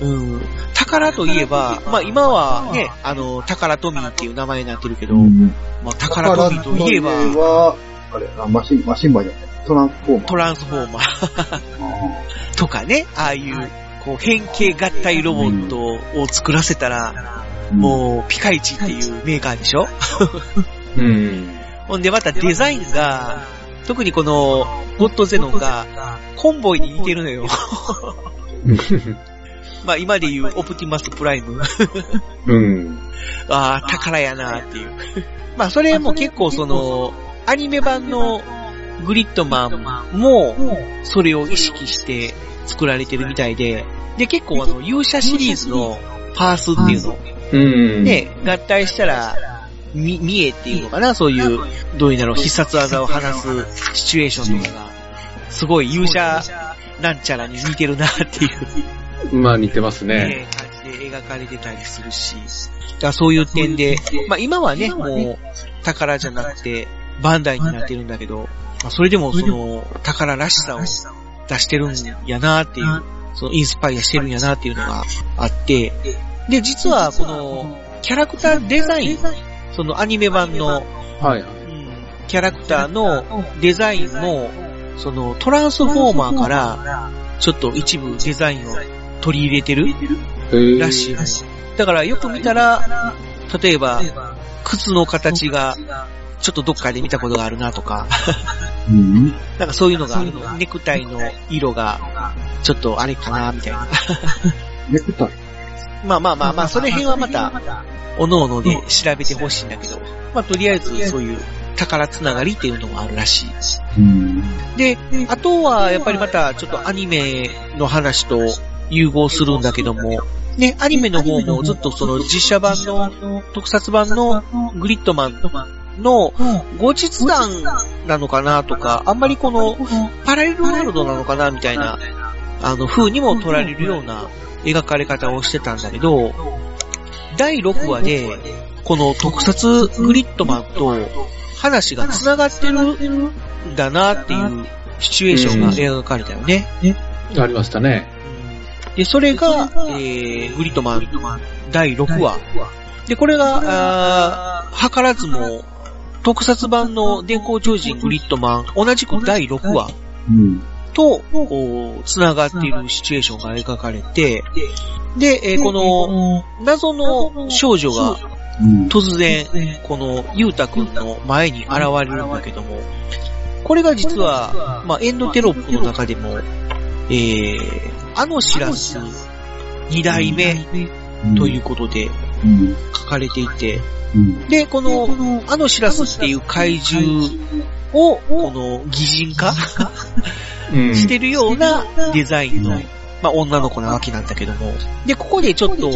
S4: うん。宝といえば、まあ今はね、あの、宝トミーっていう名前になってるけど、まあ宝トミーといえば、
S2: は、あれやな、マシン、マシンバイじゃない。トランスフォーマー。
S4: トランスフォーマーとかね、ああいう、こう変形合体ロボットを作らせたら、もうピカイチっていうメーカーでしょ
S1: うん。
S4: ほんでまたデザインが、特にこの、ゴッドゼノンが、コンボイに似てるのよ。 まあ今で言うオプティマスプライム。
S1: うん。
S4: ああ、宝やなっていう。まあ、それも結構その、アニメ版のグリッドマンも、それを意識して作られてるみたいで、で、結構あの、勇者シリーズのパースっていうの、
S1: うん。
S4: ね、合体したら、み、見えっていうのかな、そういう、どういうんだろう、必殺技を放すシチュエーションとかが、すごい勇者なんちゃらに似てるなっていう、
S1: まあ似てますね。
S4: ね、感じで。で描かれてたりするし、だからそういう点で、まあ今はね、もう宝じゃなくて、バンダイになってるんだけど、まあそれでもその宝らしさを出してるんやなっていう、そのインスパイアしてるんやなっていうのがあって、で、実はこのキャラクターデザイン、そのアニメ版の
S1: はい。
S4: キャラクターのデザインも、そのトランスフォーマーから、ちょっと一部デザインを取り入れてる
S1: へ
S4: らしいのよ。だからよく見たら、例えば、靴の形が、ちょっとどっかで見たことがあるなとか、
S5: うん。
S4: なんかそういうのがあるの。ネクタイの色が、ちょっとあれかな、みたいな。
S2: ネクタイ。
S4: まあまあまあまあ、その辺はまた、おのおので調べてほしいんだけど、まあとりあえずそういう宝つながりっていうのもあるらしい。
S5: うん。
S4: で、あとは、やっぱりまた、ちょっとアニメの話と融合するんだけども、ね、アニメの方もずっとその実写版の、特撮版のグリッドマンの後日談なのかなとか、あんまりこのパラレルワールドなのかなみたいな、あの、風にも取られるような描かれ方をしてたんだけど、第6話で、この特撮グリッドマンと話が繋がってるだなっていうシチュエーションが描かれたよね。
S1: ありましたね。
S4: で、それが、えー、グリットマン第6話。で、これが、あー図らずも、特撮版の電光超人グリットマン、同じく第6話
S5: うん。
S4: と、こう繋がっているシチュエーションが描かれて、で、えーこの、謎の少女が
S5: うん。
S4: 突然、この、ゆうたくんの前に現れるんだけども、これが実は、まあ、エンドテロップの中でも、えー、あの知らず、二代目ということで
S5: うん。
S4: 書かれていて、
S5: うん。
S4: で、この、あの知らずっていう怪獣を、この、擬人化
S1: うん
S4: してるようなデザインの、まあ、女の子なわけなんだけども、で、ここでちょっと、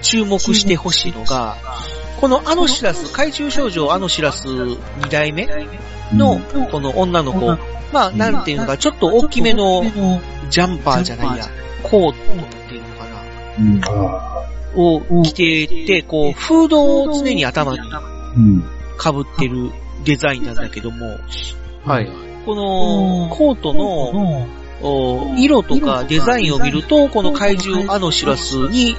S4: 注目してほしいのが、このアノシラス、怪獣少女アノシラス2代目の、この女の子、まあ、なんていうのか、ちょっと大きめのジャンパーじゃないや、コートっていうのかな、
S5: うん。
S4: を着てて、こう、フードを常に頭に
S5: うん。
S4: 被ってるデザインなんだけども、
S1: はい。
S4: このコートのお色とかデザインを見ると、この怪獣アノシラスに、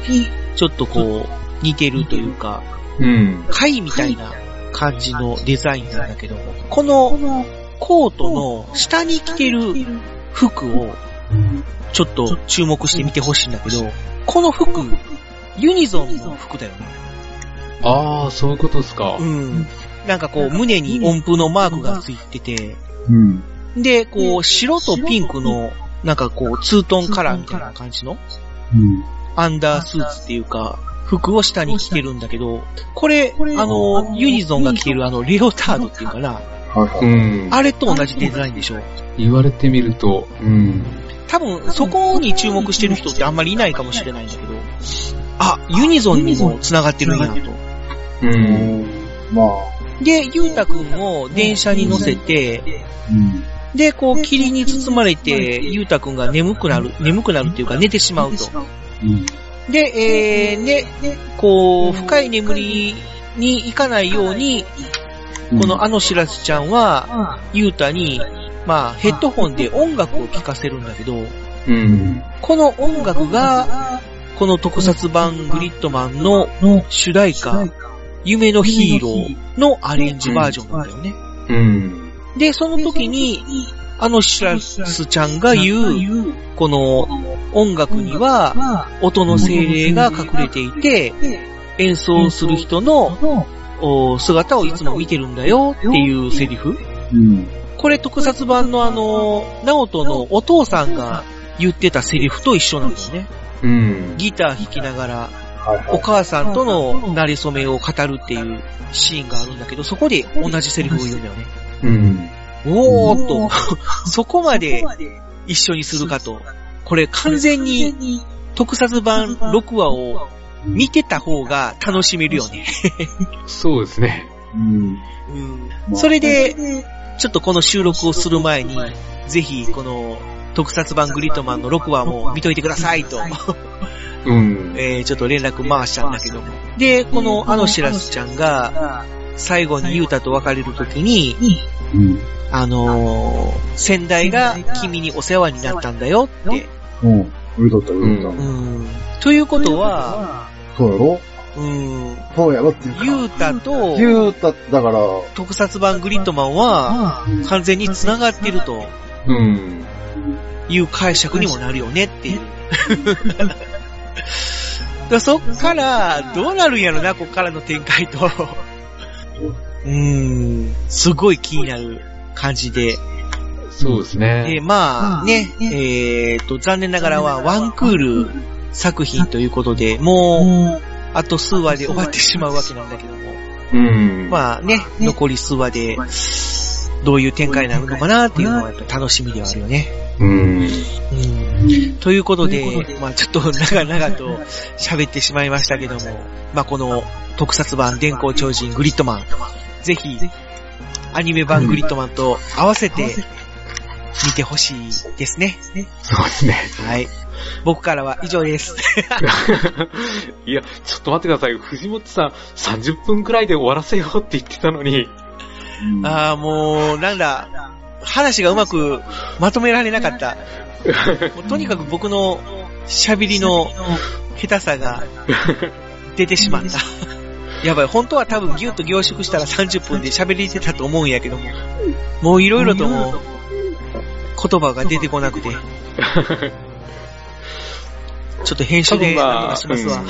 S4: ちょっとこう、似てるというか、
S1: うん。
S4: 貝みたいな感じのデザインなんだけども、このコートの下に着てる服をちょっと注目してみてほしいんだけど、この服、ユニゾンの服だよね。
S1: ああ、そういうことですか。
S4: うん。なんかこう胸に音符のマークがついてて、
S5: うん。
S4: で、こう白とピンクのなんかこうツートンカラーみたいな感じの
S5: うん。
S4: アンダースーツっていうか、服を下に着てるんだけど、これ、あの、ユニゾンが着てるあの、レオタードっていうかな、
S2: はいは
S1: う
S2: い。
S1: ん。
S4: あれと同じデザインでしょ
S1: 言われてみると、うん。
S4: 多分、そこに注目してる人ってあんまりいないかもしれないんだけど、あ、ユニゾンにも繋がってるんやなと。
S1: うん。
S2: ま
S4: で、ゆうたくんを電車に乗せて、
S5: うん。
S4: で、こう、霧に包まれて、ゆうたくんが眠くなる、眠くなるっていうか寝てしまうと。
S5: うん。
S4: で、えー、ね、こう、深い眠りに行かないように、このあのしらずちゃんは、ゆうたに、まあ、ヘッドホンで音楽を聴かせるんだけど、
S1: うん。
S4: この音楽が、この特撮版グリッドマンの主題歌、夢のヒーローのアレンジバージョンなんだよね。
S1: うん。
S4: で、その時に、あのシラスちゃんが言う、この音楽には音の精霊が隠れていて、演奏する人のお姿をいつも見てるんだよっていうセリフ。
S5: うん。
S4: これ特撮版のあの、ナオトのお父さんが言ってたセリフと一緒なんだよね。
S1: うん。
S4: ギター弾きながら、
S2: あ、はいは
S4: お
S2: い。
S4: 母さんとの馴れ初めを語るっていうシーンがあるんだけど、そこで同じセリフを言うんだよね。
S1: うん。
S4: おーっと、 そこまで一緒にするかと。これ完全に特撮版6話を見てた方が楽しめるよね。
S1: そうですね。
S5: うん。
S4: うんそれで、ちょっとこの収録をする前に、ぜひこの特撮版グリッドマンの6話も見といてくださいと
S1: うん。
S4: えー、ちょっと連絡回したんだけども。で、このあのシラスちゃんが、最後にユータと別れるときに、
S5: うん。
S4: あのー、先代が君にお世話になったんだよって。
S5: うん。よかった、よかっ
S4: う
S5: た。
S4: ん。ということは、
S2: そうやろ
S4: うん、
S2: そうやろっていうか。
S4: ユータと
S2: 言うた、だから、
S4: 特撮版グリッドマンは
S5: うん
S4: 完全に繋がっていると
S1: うん。
S4: いう解釈にもなるよねって いう。だそっから、どうなるんやろな、こっからの展開と。うーん、すごい気になる感じで。
S1: そうです
S4: で、
S1: ね。
S4: まあね、えっと、残念ながらはワンクール作品ということで、もう、あと数話で終わってしまうわけなんだけども。
S1: うん。
S4: まあね、残り数話で、どういう展開になるのかなっていうのはやっぱ楽しみではあるよね。
S1: うん。
S4: うん。ということで、まあちょっと長々と喋ってしまいましたけども、まあこの特撮版電光超人グリッドマン、ぜひ、アニメ版グリッドマンと合わせて見てほしいですね。
S1: そうですね。
S4: はい。僕からは以上です。
S1: いや、ちょっと待ってください。藤本さん、30分くらいで終わらせようって言ってたのに。
S4: ああ、もう、なんだ、話がうまくまとめられなかった。もうとにかく僕の喋りの下手さが出てしまった。 やばい、本当は多分ギュッと凝縮したら30分で喋りてたと思うんやけども、もういろいろともう言葉が出てこな くて、ちょっと編集で何とかしますわ。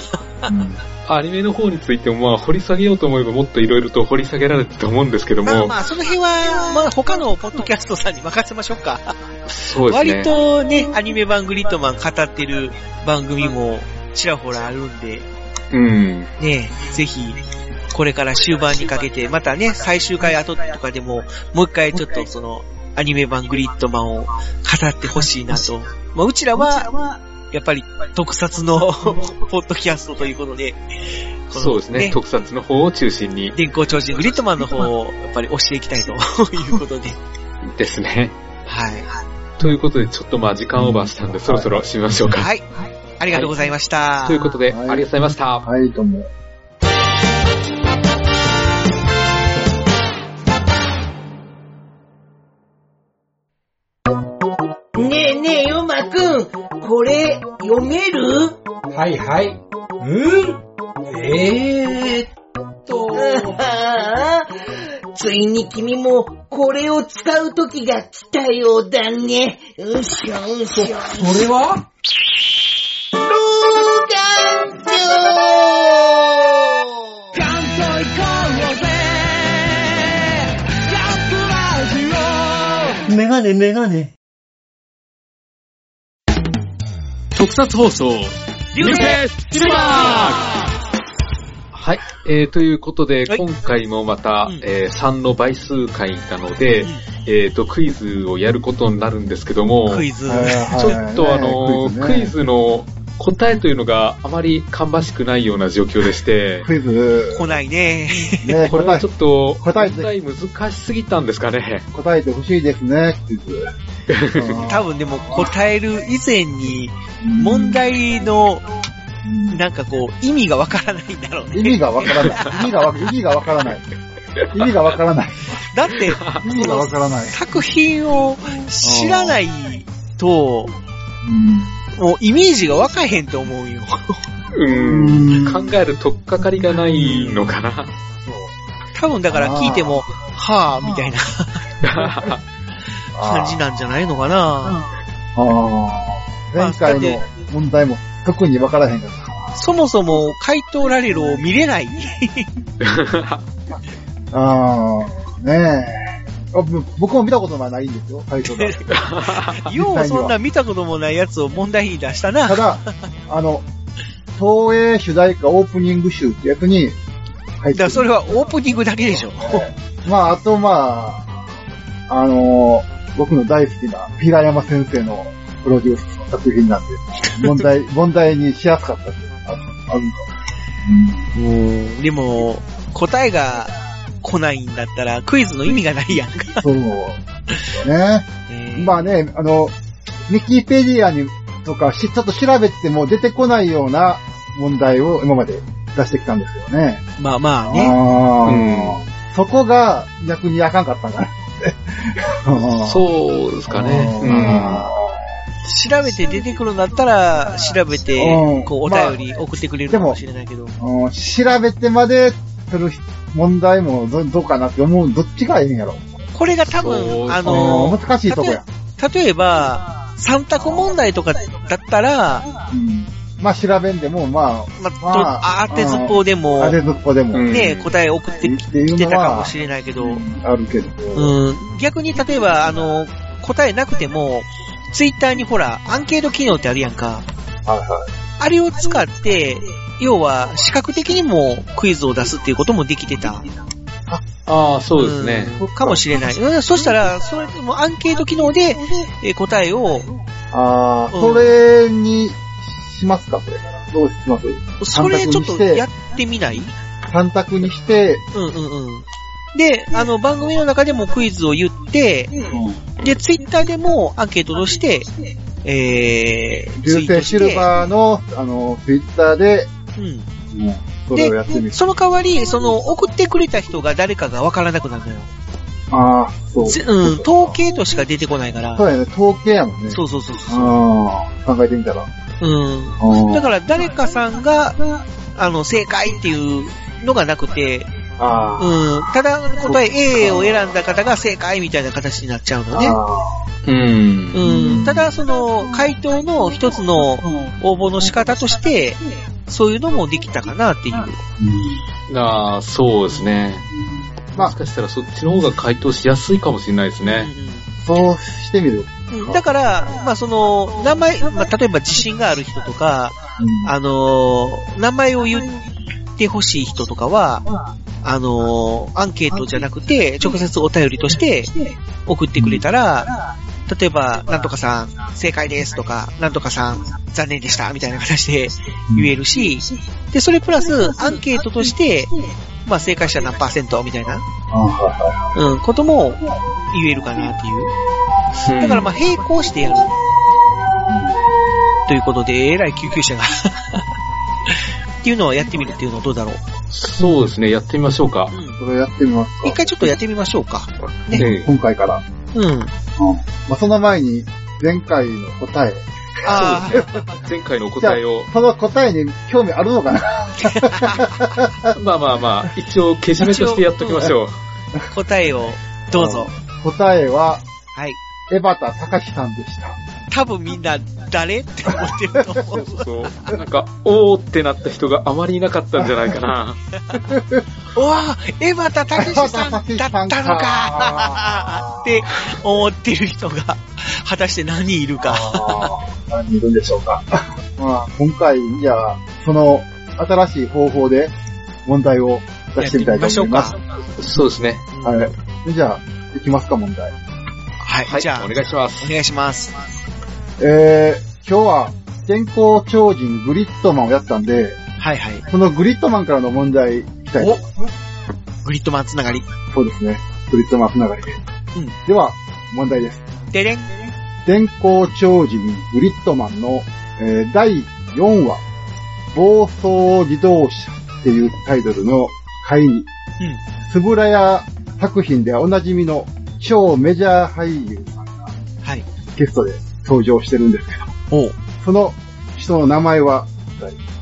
S5: うん
S1: アニメの方についても、まあ、掘り下げようと思えばもっといろいろと掘り下げられてたと思うんですけど
S4: まあ
S1: も、
S4: まあ、その辺は、まあ他のポッドキャストさんに任せましょうか。
S1: そうですね。
S4: 割とね、アニメ版グリッドマン語ってる番組もちらほらあるんで、
S1: うん。
S4: ね、ぜひ、これから終盤にかけて、またね、最終回後とかでも、もう一回ちょっとその、アニメ版グリッドマンを語ってほしいなと。まあ、うちらは、やっぱり特撮の ポッドキャストということで、この
S1: そうですね。特撮の方を中心に
S4: 電光超人グリッドマンの方を、やっぱり押していきたいということで、
S1: ですね。
S4: はい。
S1: ということで、ちょっとまあ時間オーバーしたんで、そろそろ締めましょうか。
S4: はい。ありがとうございました。
S1: ということで、
S2: は
S1: あ
S2: い
S1: りがとうございました。
S2: はい、とも。
S6: ねえねえ、ヨマくん、これ、読める
S7: はいはい。うんえーっと、
S6: ああついに君も、これを使う時が来たようだね。うしょうしょ。
S7: それは
S6: ローガンジョー
S1: 特撮放送、流星シルバーはい、えー、ということで、
S4: はい
S1: 今回もまた、
S4: うん
S1: えー、3の倍数回なので、えー、と、クイズをやることになるんですけども、
S4: クイ
S1: ち
S4: ズ。
S1: ょっとあのー、クイ。ズの答えというのがあまり芳しくないような状況でして、
S2: クイズ、
S4: 来ないね。
S2: ね、
S1: これはち
S2: 答
S1: ょっと、
S2: 答え
S1: 答え難しすぎたんですかね。
S2: え、答えてほしいですね、クイズ。
S4: 多分でも答える以前に、問題の、なんかこう、意味がわからないんだろう
S2: 意
S4: ね。
S2: 味がわからない。意味がわ、意味がわからない。意味がわからない。
S4: だ って、
S2: 意味がわからない。
S4: 作品を知らないと、もうイメージがわかへんと思うよ。
S1: うん、考えるとっかかりがないのかな。
S4: 多分だから聞いても、はぁ、みたいな感じなんじゃないのかな。
S2: あー前回の問題も特にわからへんかっ
S4: そもそも、怪盗ラレロを見れない。
S2: た。あー、ねえ。あぶ僕も見たことがないんですよ、最初が。
S4: ようそんな見たこともないやつを問題に出した
S2: た
S4: な。
S2: だ、あの、東映主題歌オープニング集ってやつに入
S4: だ
S2: っ
S4: か
S2: て
S4: ら
S2: る
S4: それはオープニングだけでしょ。
S2: まあ、あとまあ、あのー僕の大好きな平山先生のプロデュースの作品なんで、問題、問題にしやすかったっていうのがあるある
S4: でも、答えが来ないんだったら、クイズの意味がないやんか。
S2: そう。ね。まあね、あの、ウィキペディアにとかし、ちょっと調べても出てこないような問題を今まで出してきたんですよね。
S4: まあまあね。
S2: あーそこが逆にあかんかったんだね。う
S1: そうですかね。うん。
S4: 調べて出てくるんだったら、調べて
S2: うん、
S4: こう、お便り送ってくれるかもしれないけど。
S2: うん調べてまでする問題もどどうかなって思う、どっちがいいんやろ。
S4: これが多
S1: そう
S4: 分、あ
S2: うん
S4: の、
S2: 難しいとこや。
S4: 例えば、三択問題とかだったら、
S2: うんまあ調べんでも、ま
S4: まあ、と
S2: まあ
S4: あ当てずっぽうで
S2: あ、
S4: も
S2: あ、れずっこでも、
S1: うん
S4: ね、答え送って
S2: ってい
S4: き
S2: う
S4: て
S2: の
S4: たかも
S2: は、
S4: しれないけど、
S2: あるけど。
S4: うん、逆に例えば、あの、答えなくても、ツイッターにほら、アンケート機能ってあるやんか。
S2: はいは
S4: あれを使って、要は、視覚的にもクイズを出すっていうこともできてた。
S1: ああ、そうですね。
S4: うんかもしれない。うんそしたら、それでもアンケート機能で、えー答えを、
S2: ああ、
S4: うん
S2: それにしますか、これから。どうします
S4: それちょっ
S2: 簡
S4: と
S2: 単にして
S4: やってみない
S2: 三択にして、
S4: うんうんうん。で、あの、番組の中でもクイズを言って、で、ツイッターでもアンケートとして、えー、ツ
S2: 流
S4: イ
S2: 星
S4: ートして
S2: シルバーの、あの、ツイッターで、
S4: うん。
S2: それをやってみる。
S4: その代わり、その、送ってくれた人が誰かがわからなくなるのよ。
S2: ああ、そう。
S4: つうん、統計としか出てこないから。
S2: そうやね、統計やもんね。
S4: そうそうそうそう。
S2: ああ、考えてみたら。
S4: うん。
S2: うん
S4: だから、誰かさんが、あの、正解っていうのがなくて、
S2: ああ。
S4: うん、ただ答え A を選んだ方が正解みたいな形になっちゃうのね。
S2: あ
S1: うん。
S4: うん、ただ、その、回答の一つの応募の仕方として、そういうのもできたかなっていう。
S1: ああ、そうですね。
S2: まあ
S1: もしかしたらそっちの方が回答しやすいかもしれないですね。
S2: あそうしてみる。
S4: うんだから、まあ、その、名前、まあ、例えば自信がある人とか、
S2: うん
S4: あのー名前を言ってほしい人とかは、あのーアンケートじゃなくて、直接お便りとして送ってくれたら、例えば、なんとかさん、正解ですとか、なんとかさん、残念でした、みたいな形で言えるし、で、それプラス、アンケートとして、まあ、正解者何パーセントみたいな、
S2: ああはいは
S4: うん、ことも言えるかなっていう。だからまあ並行してやる。ということで、えらい救急車が。 っていうのをやってみるっていうのはどうだろう。
S1: うんそうですね、やってみましょうか。
S2: いそれやってみます
S4: 一
S2: か。
S4: 回ちょっとやってみましょうか。ね
S1: ええ
S2: 今回から。
S4: うん。
S2: まあ、その前に、前回の答え。
S4: あ
S1: 前回のお答えを、
S2: その答えに興味あるのかな
S1: まあまあまあ、一応けじめとしてやっときましょう。
S4: あ、答えをどうぞ。
S2: 答えは、
S4: はい。
S2: 江端隆史さんでした。
S4: 多分みんな誰って思ってると思う。
S1: そう。なんか、おーってなった人があまりいなかったんじゃないかな。
S4: うわぁ、江端武史さんだったのかって思ってる人が、果たして何人いるか。
S2: あー何人いるんでしょう か。まあ、今回、じゃあ、その、新しい方法で問題を出してみたいと思います。
S4: やってみましょ
S1: そうですね。
S4: うか。
S2: はい。じゃあ、いきますか、問題。
S4: はい、
S1: はい、
S4: じゃあ、
S1: お
S4: お
S1: 願いします。
S4: 願いします。
S2: えー、今日は、健康超人グリットマンをやったんで、
S4: はいはい。
S2: そのグリットマンからの問題いきたいと思います
S4: おグリッドマンつながり。
S2: そうですね。クリスマス流れで。
S4: うん
S2: では、問題です。
S4: でれん。
S2: 電光超人グリットマンの、えー第4話、暴走自動車っていうタイトルの回に、つぶらや作品ではおなじみの超メジャー俳優さんが
S4: はい。
S2: ゲストで登場してるんですけど、
S4: おう
S2: その人の名前は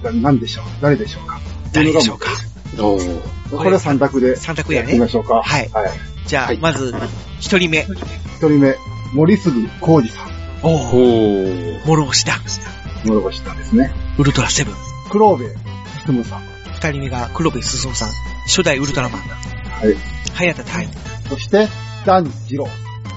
S2: 誰何でしょう誰でしょうか
S4: 誰でしょうか
S1: おー
S2: これは3択で
S4: 三択
S2: や
S4: や
S2: ってみ
S4: ね
S2: ま。しょうか。
S4: はい
S2: はい。
S4: じゃあ、
S1: はい
S4: まず、一人目。
S2: 1人目、森杉浩二さん。
S4: おお。
S1: おー
S4: モロボシだ。
S2: 諸星さんですね。
S4: ウルトラセブン。
S2: 黒部進むさん。
S4: 二人目が黒部進さん。初代ウルトラマン。
S2: はい。
S4: 早田太陽。
S2: そして、ダンジロウ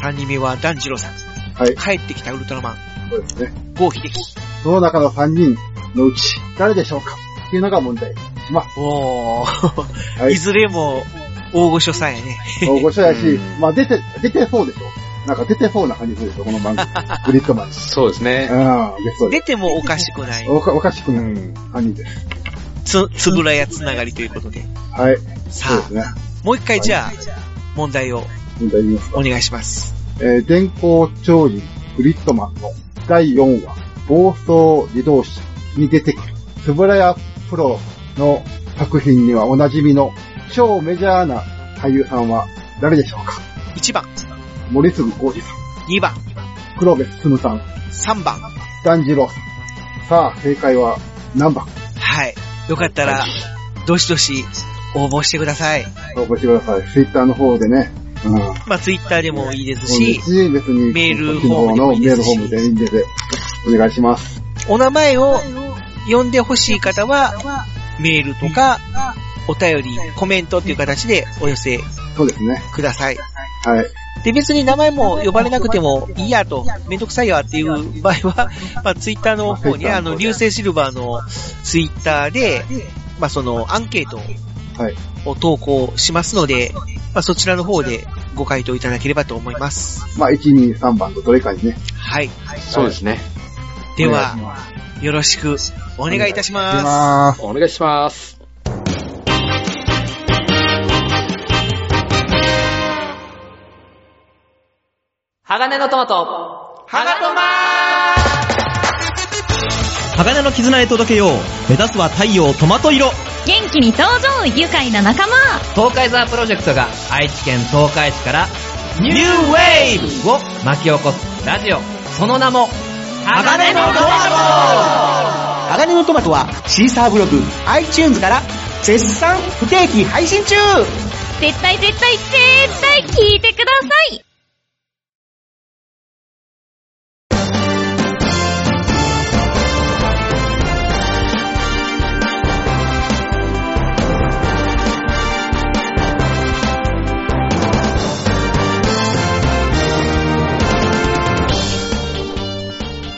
S4: 三人目は団次郎さん。
S2: はい
S4: 帰ってきたウルトラマン。
S2: そうですね。
S4: 郷秀樹。
S2: その中の3人のうち、誰でしょうかっていうのが問題します。
S4: おお。
S2: はい
S4: い、ずれも、大御所さんやね。
S2: 大御所やし
S1: う、ん
S2: まあ出て、出てそうでしょなんか出てそうな感じするでしょこの 番組。グリッドマンに。
S1: そうですね。
S2: ああ、出そうで
S4: 出てもおかしくない
S2: す。。おかおかしく
S1: う
S2: ない
S1: ん。
S2: 3人です。
S4: つ、つぶらやつながりということで。
S2: はい。
S4: さ
S2: そうで
S4: あ
S2: す、ね。
S4: もう一回じゃあ、問題を
S2: 問題言いますか。
S4: お願いします。
S2: えー電光超人グリッドマンの第4話、暴走自動車に出てくる、つぶらやプロの作品にはおなじみの超メジャーな俳優さんは誰でしょうか
S4: 1番、
S2: 森杉浩二さん、
S4: 2番、
S2: 黒部進さん、
S4: 3番。
S2: 團次郎さん。さあ、正解は何番
S4: はい。よかったら、どしどし応募してください。
S2: 応募してください。ツイッターの方でね。うん。
S4: まあ、ツイッターでもいいですし、
S2: し、別に、
S4: メー
S2: こっ
S4: ル
S2: ちの方の
S4: フォームでもいい
S2: メ
S4: で
S2: ール
S4: す
S2: フォ
S4: し
S2: ームでいいんでで、お願いします。
S4: お名前を呼んでほしい方は、メールとか、お便り、コメントっていう形でお寄せ
S2: そうですね。
S4: ください。
S2: はい。
S4: で、別に名前も呼ばれなくてもいいやと、めんどくさいやっていう場合 は、まあ、ツイッターの方に、あの、流星シルバーのツイッターで、まあ、その、アンケート
S2: はい。
S4: を投稿しますので、まあ、そちらの方でご回答いただければと思います。
S2: まあ、1、2、3番のどれかにね。
S4: はい。
S1: そうですね。
S4: で
S2: お願いし
S4: は、
S2: ます
S4: よろしくお願いいた
S2: 行き
S4: します。
S2: まーす。
S1: お願いします。
S3: 鋼のトマト。ハガトマ
S8: 鋼の絆へ届けよう目指すは太陽トマト色
S9: 元気に登場愉快な仲間
S10: 東海ザープロジェクトが愛知県東海市からニューウェーブを巻き起こすラジオ。その名も、鋼のドラゴン
S11: 鋼のトマトはシーサーブログ、iTunes から絶賛不定期配信中
S9: 絶対絶対絶対聞いてください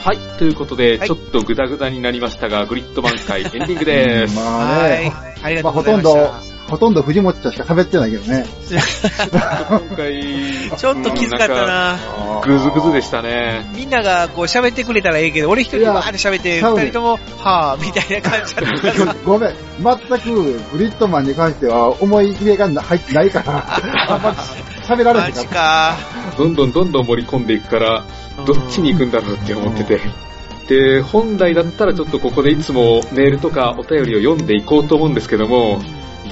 S1: はい、ということで、
S4: はい
S1: ちょっとグダグダになりましたが、グリッド満 開エンディングです。
S2: まあ
S4: はい
S2: ね、。
S4: ありが
S2: ま
S4: と
S2: あ、ほ
S4: うござ
S2: と
S4: い
S2: ん
S4: ま
S2: ど
S4: した。、
S2: ほとんど藤本ちゃんしか喋ってないけどね。
S1: 今回、
S4: ちょっときつかった
S1: うんん
S4: な。
S1: かグズグズでしたね。
S4: みんながこう喋ってくれたらええけど、俺一人でわーって喋って、
S2: いや
S4: 二人とも、はぁ、みたいな感じ だったから。
S2: ごめん。全く、グリットマンに関しては思い入れがな入ってないから、あんま喋られ
S4: マ
S2: てな
S4: ジ
S2: かっ
S4: か。
S1: どんどんどんどん盛り込んでいくから、どっちに行くんだろうって思ってて。で、本来だったらちょっとここでいつもメールとかお便りを読んでいこうと思うんですけども、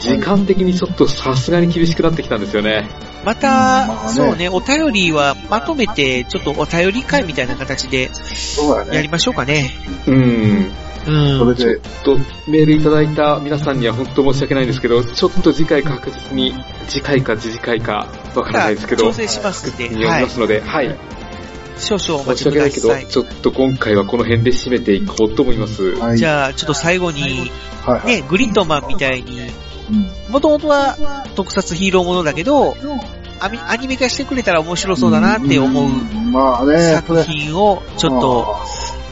S1: 時間的にちょっとさすがに厳しくなってきたんですよね。
S4: ま
S2: うんまあ
S4: た、
S2: ね
S4: そうね、お便りはまとめて、ちょっとお便り会みたいな形で
S2: た。そうだ
S4: やり
S2: ね。
S4: ましょうかね。
S1: うん。
S4: う
S2: それ
S4: ん。
S2: で、
S1: ちょっとメールいただいた皆さんには本当申し訳ないんですけど、ちょっと次回確実に、次回か次次回かわからないですけど、
S4: 調整しますんで、
S1: 読み
S4: はい
S1: ま。すので、はい。
S4: 少々お
S1: 申し
S4: 待ちく
S1: 訳な
S4: だ
S1: いけど
S4: さい、。
S1: ちょっと今回はこの辺で締めていこうと思います。
S2: はい。
S4: じゃあ、ちょっと最後に、
S2: はいはい。
S4: ね、グリッドマンみたいに、
S2: うん
S4: もともとは特撮ヒーローものだけど、アニアニメ化してくれたら面白そうだなって思う
S2: まあね、そ
S4: 作
S2: れ
S4: 品をちょっと、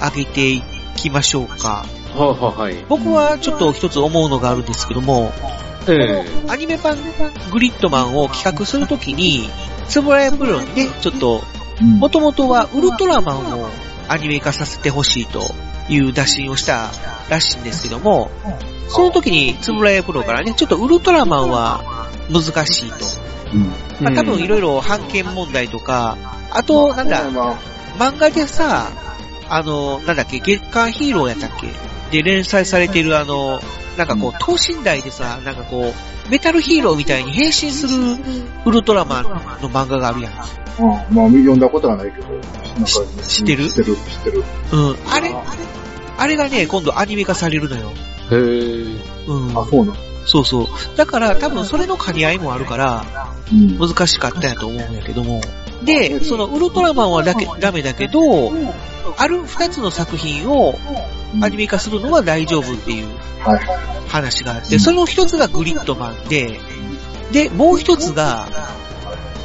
S4: 上げていきましょうか。
S1: はあ、はあ、はい。
S4: 僕はちょっと一つ思うのがあるんですけども、
S1: え
S4: アニメ版グリッドマンを企画するときに、つぶらやプロにね、ちょっと、
S2: うん
S4: もともとはウルトラマンをアニメ化させてほしいという打診をしたらしいんですけども、その時につぶらやプロからね、ちょっとウルトラマンは難しいと。
S1: え
S4: まあ、多分いろ
S1: い
S4: いろ判権問題とか、あと、なんだ、
S2: まあ
S4: 漫画でさ、あの、なんだっけ、月刊ヒーローやったっけで、連載されてるあの、なんかこう、等身大でさ、なんかこう、メタルヒーローみたいに変身するウルトラマンの漫画があるやん。
S2: うんまあ、読んだことはないけど、なんか
S4: 知ってる
S2: 知ってる、知ってる。
S4: うん。あれ、あれがね、今度アニメ化されるのよ。
S1: ろ。へえ
S4: うん。
S2: あ、そうなの
S4: そうそう。だから、多分それの兼ね合いもあるから、
S2: うん。
S4: 難しかったんやと思うんやけども。で、そのウルトラマンはだけダメだけど、ある二つの作品をアニメ化するのは大丈夫っていう
S2: はいはい。
S4: 話があって、その一つがグリッドマンで、で、もう一つが、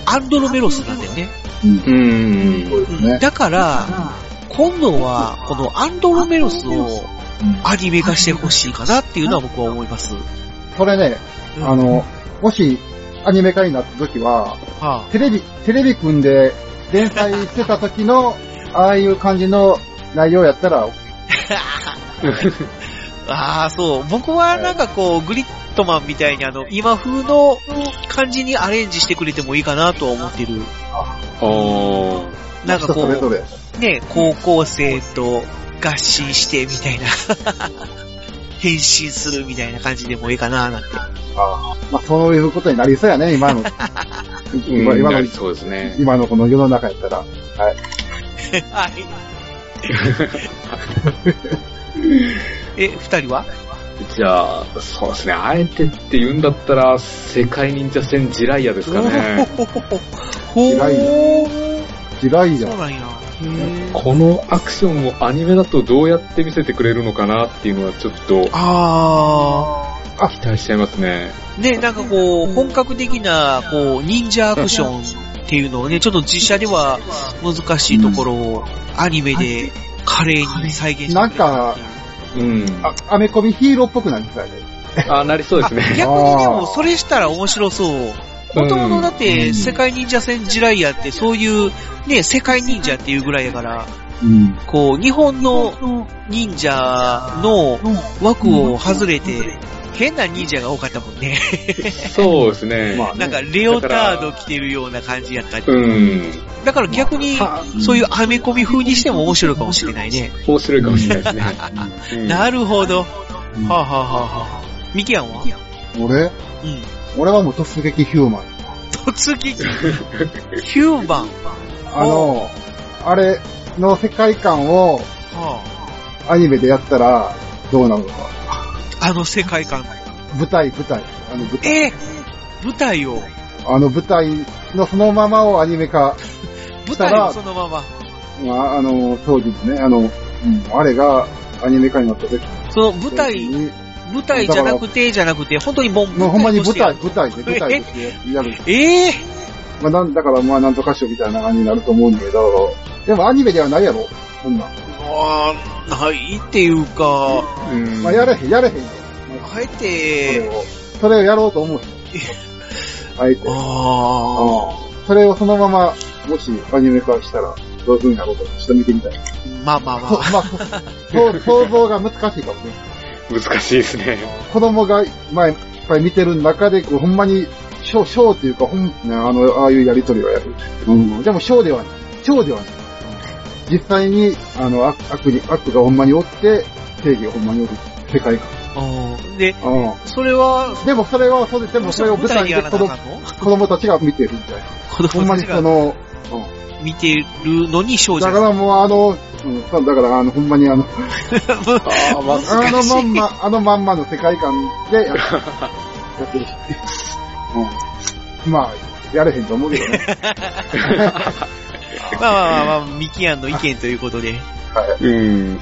S4: アンドロメロスなんだよね。
S1: うー
S2: そ
S1: ん。
S2: うですね。
S4: だから、今度は、このアンドロメロスをアニメ化してほしいかなっていうのは僕は思います。
S2: これね、
S4: うん
S2: あ、の、もし、アニメ化になった時は、
S4: は
S2: テレビ、テレビ組んで、連載してた時の、ああいう感じの内容やったら、
S4: あ、ああ、そう。僕はなんかこう、グリッドマンみたいにあの、今風の感じにアレンジしてくれてもいいかなとは思ってる。
S1: あー
S4: なんかこ
S2: 人それぞ
S4: う、ね、高校生と合心してみたいな、変身するみたいな感じでもいいかななんて。
S2: まあ、そういうことになりそうやね、今 の。今今の、
S1: そうですね。
S2: 今のこの世の中やったら。はい。
S4: え、二人は
S1: じゃあ、そうですね、あえてって言うんだったら、世界忍者戦ジライアですかね。
S4: ほ
S2: ライジライア。
S4: そうなんや。
S1: このアクションをアニメだとどうやって見せてくれるのかなっていうのはちょっと
S4: あ
S1: 期待しちゃいますね。
S4: ね、なんかこう、本格的な、こう、忍者アクションっていうのをね、ちょっと実写では難しいところを、アニメで華麗に再現して
S2: なんか、
S1: うん。
S2: あアメコミヒーローっぽくなりそうやね。
S1: あ、なりそうですね。
S4: 逆にでも、それしたら面白そう。もともとだって、世界忍者戦ジライアって、そういう、ね、世界忍者っていうぐらいやから、
S5: うん。
S4: こう、日本の忍者の枠を外れて、変な忍者が多かったもんね。
S1: そうですね。
S4: なんか、レオタード着てるような感じやったり。
S1: うん。
S4: だから逆に、そういうアメコミ風にしても面白いかもしれないね。
S1: 面白いかもしれないですね。
S4: なるほど。はぁはぁはぁはぁ。ミキアンは
S2: 俺うん。俺はもう突撃ヒューマン。
S4: 突 撃ヒューマン。
S2: あの、あれの世界観を
S4: は
S2: アニメでやったらどうなるのか。
S4: ぁあの世界観。
S2: 舞台、舞台。あの舞台。
S4: え舞台を、
S2: あの舞台のそのままをアニメ化
S4: 舞
S2: した
S4: 台
S2: ら
S4: をそ、のまま。
S2: まあ、あの、当時のね、あの、うんあれがアニメ化になった時。
S4: その舞台、舞台じゃなくて、じゃなくて、本当にボン
S2: もうほんまに舞台、舞台で、舞台としてやる。
S4: ええ
S2: まあ、なんだから、まあ、なんとかしよみたいな感じになると思うんだけど、でもアニメではないやろ、そんなん。
S4: あーないっていうか、
S2: まあ、やれへん、やれへん。
S4: あえて、
S2: それをやろうと 思う人。あえて。
S4: あ
S2: あ。それをそのまま、もしアニメ化したら、どういう風になろうか、ちょっと見てみたい。
S4: まあまあ ま
S2: あ。そう想像が難しいかもね。
S1: 難しいですね。
S2: 子供が、まあ、いっぱい見てる中で、こうほんまに、ショー、ショーっていうか、ほん、ねあの、ああいうやりとりはやる。うん。でも、ショーではない。ショーではない。実際に、あの、悪悪に、悪がほんまにおって、正義がほんまにおる世界観。
S4: うんで、
S2: うん。
S4: それは、
S2: でもそれは、そうで、でもそれを舞台で子
S4: 舞台にやら
S2: 供
S4: なあかんの
S2: 子供たちが見てるみたいな。
S4: 子
S2: ほん
S4: 供
S2: ま
S4: た
S2: に
S4: ちが
S2: その、
S4: 見てるのに少女
S2: だからもうあの、うん、そうだからあの、ほんまにあの、 あのまんま、あのまんまの世界観でやっやってるし。 うん。まあ、やれへんと思うけど ね。
S4: まあまあまあまあ、ミキアンの意見ということで。
S1: うん。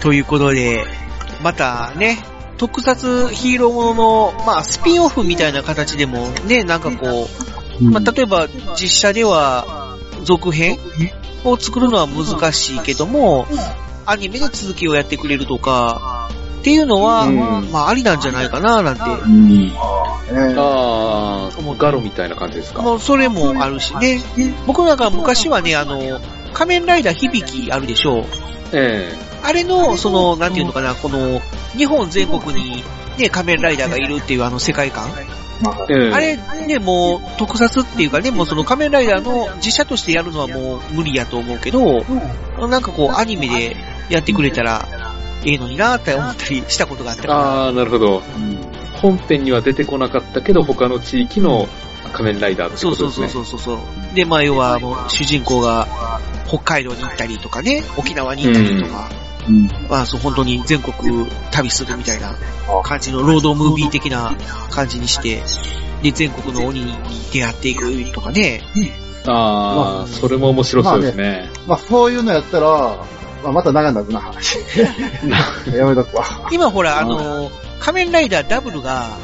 S4: ということで、またね、特撮ヒーローものの、まあ、スピンオフみたいな形でも、ね、なんかこう、まあ、例えば実写では続編を作るのは難しいけども、アニメで続きをやってくれるとか、っていうのは、
S1: うん
S4: まあ、ありなんじゃないかな、なんて。
S1: ああ、ガロみたいな感じですか。
S4: もうそれもあるしね。僕なんか昔はね、あの、仮面ライダー響きあるでしょう。
S1: え
S4: あれの、その、なんていうのかな、この、日本全国に、ね、仮面ライダーがいるっていうあの世界観。
S1: え。ええ
S4: あれ、ね、もう、特撮っていうかね、もうその仮面ライダーの実写としてやるのはもう無理やと思うけど、なんかこう、アニメでやってくれたら、ええのになって思ったりしたことがあったから。
S1: ああ、なるほど。本編には出てこなかったけど、他の地域の仮面ライダーって
S4: そ
S1: こ
S4: う
S1: と
S4: そう
S1: です
S4: そう
S1: ね。
S4: そうそう。で、まあ、要は、もう、主人公が、北海道に行ったりとかね、沖縄に行ったりとか、まあ、そう、本当に全国旅するみたいな感じの、ロードムービー的な感じにして、で、全国の鬼に出会っていくとかね、
S1: ああ、それも面白そうですね。
S2: まあ、そういうのやったら、まあ、また長くなる話。 やめと くわ。
S4: 今ほら、あの、仮面ライダーダブルが、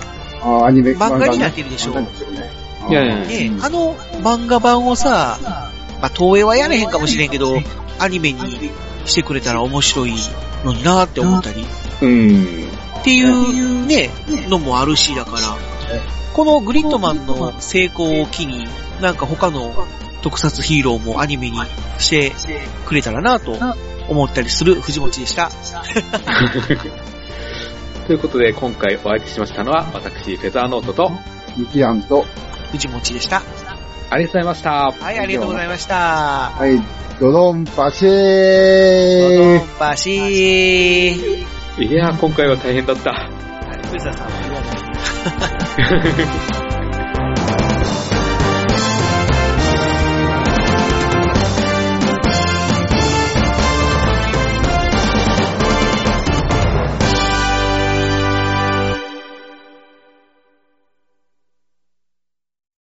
S2: あーアニメ
S4: 漫画になってるでしょ
S2: 漫画になってるね
S1: いやいや
S4: ね、あの漫画版をさ、まあ、東映はやれへんかもしれんけど、アニメにしてくれたら面白いのになって思ったり、
S1: うん。
S4: っていうね、のもあるし、だから、このグリッドマンの成功を機に、なんか他の特撮ヒーローもアニメにしてくれたらなと思ったりする藤持でした。
S1: ということで、今回お相手しましたのは、私、フェザーノートと、
S2: ミキアンと、
S4: 藤持でした。
S1: ありがとうございました。
S4: はい、ありがとうございました。
S2: はい、ドドンパシー
S4: バシー。
S1: いやー、今回は大変だった。
S4: 藤田さんは言わない。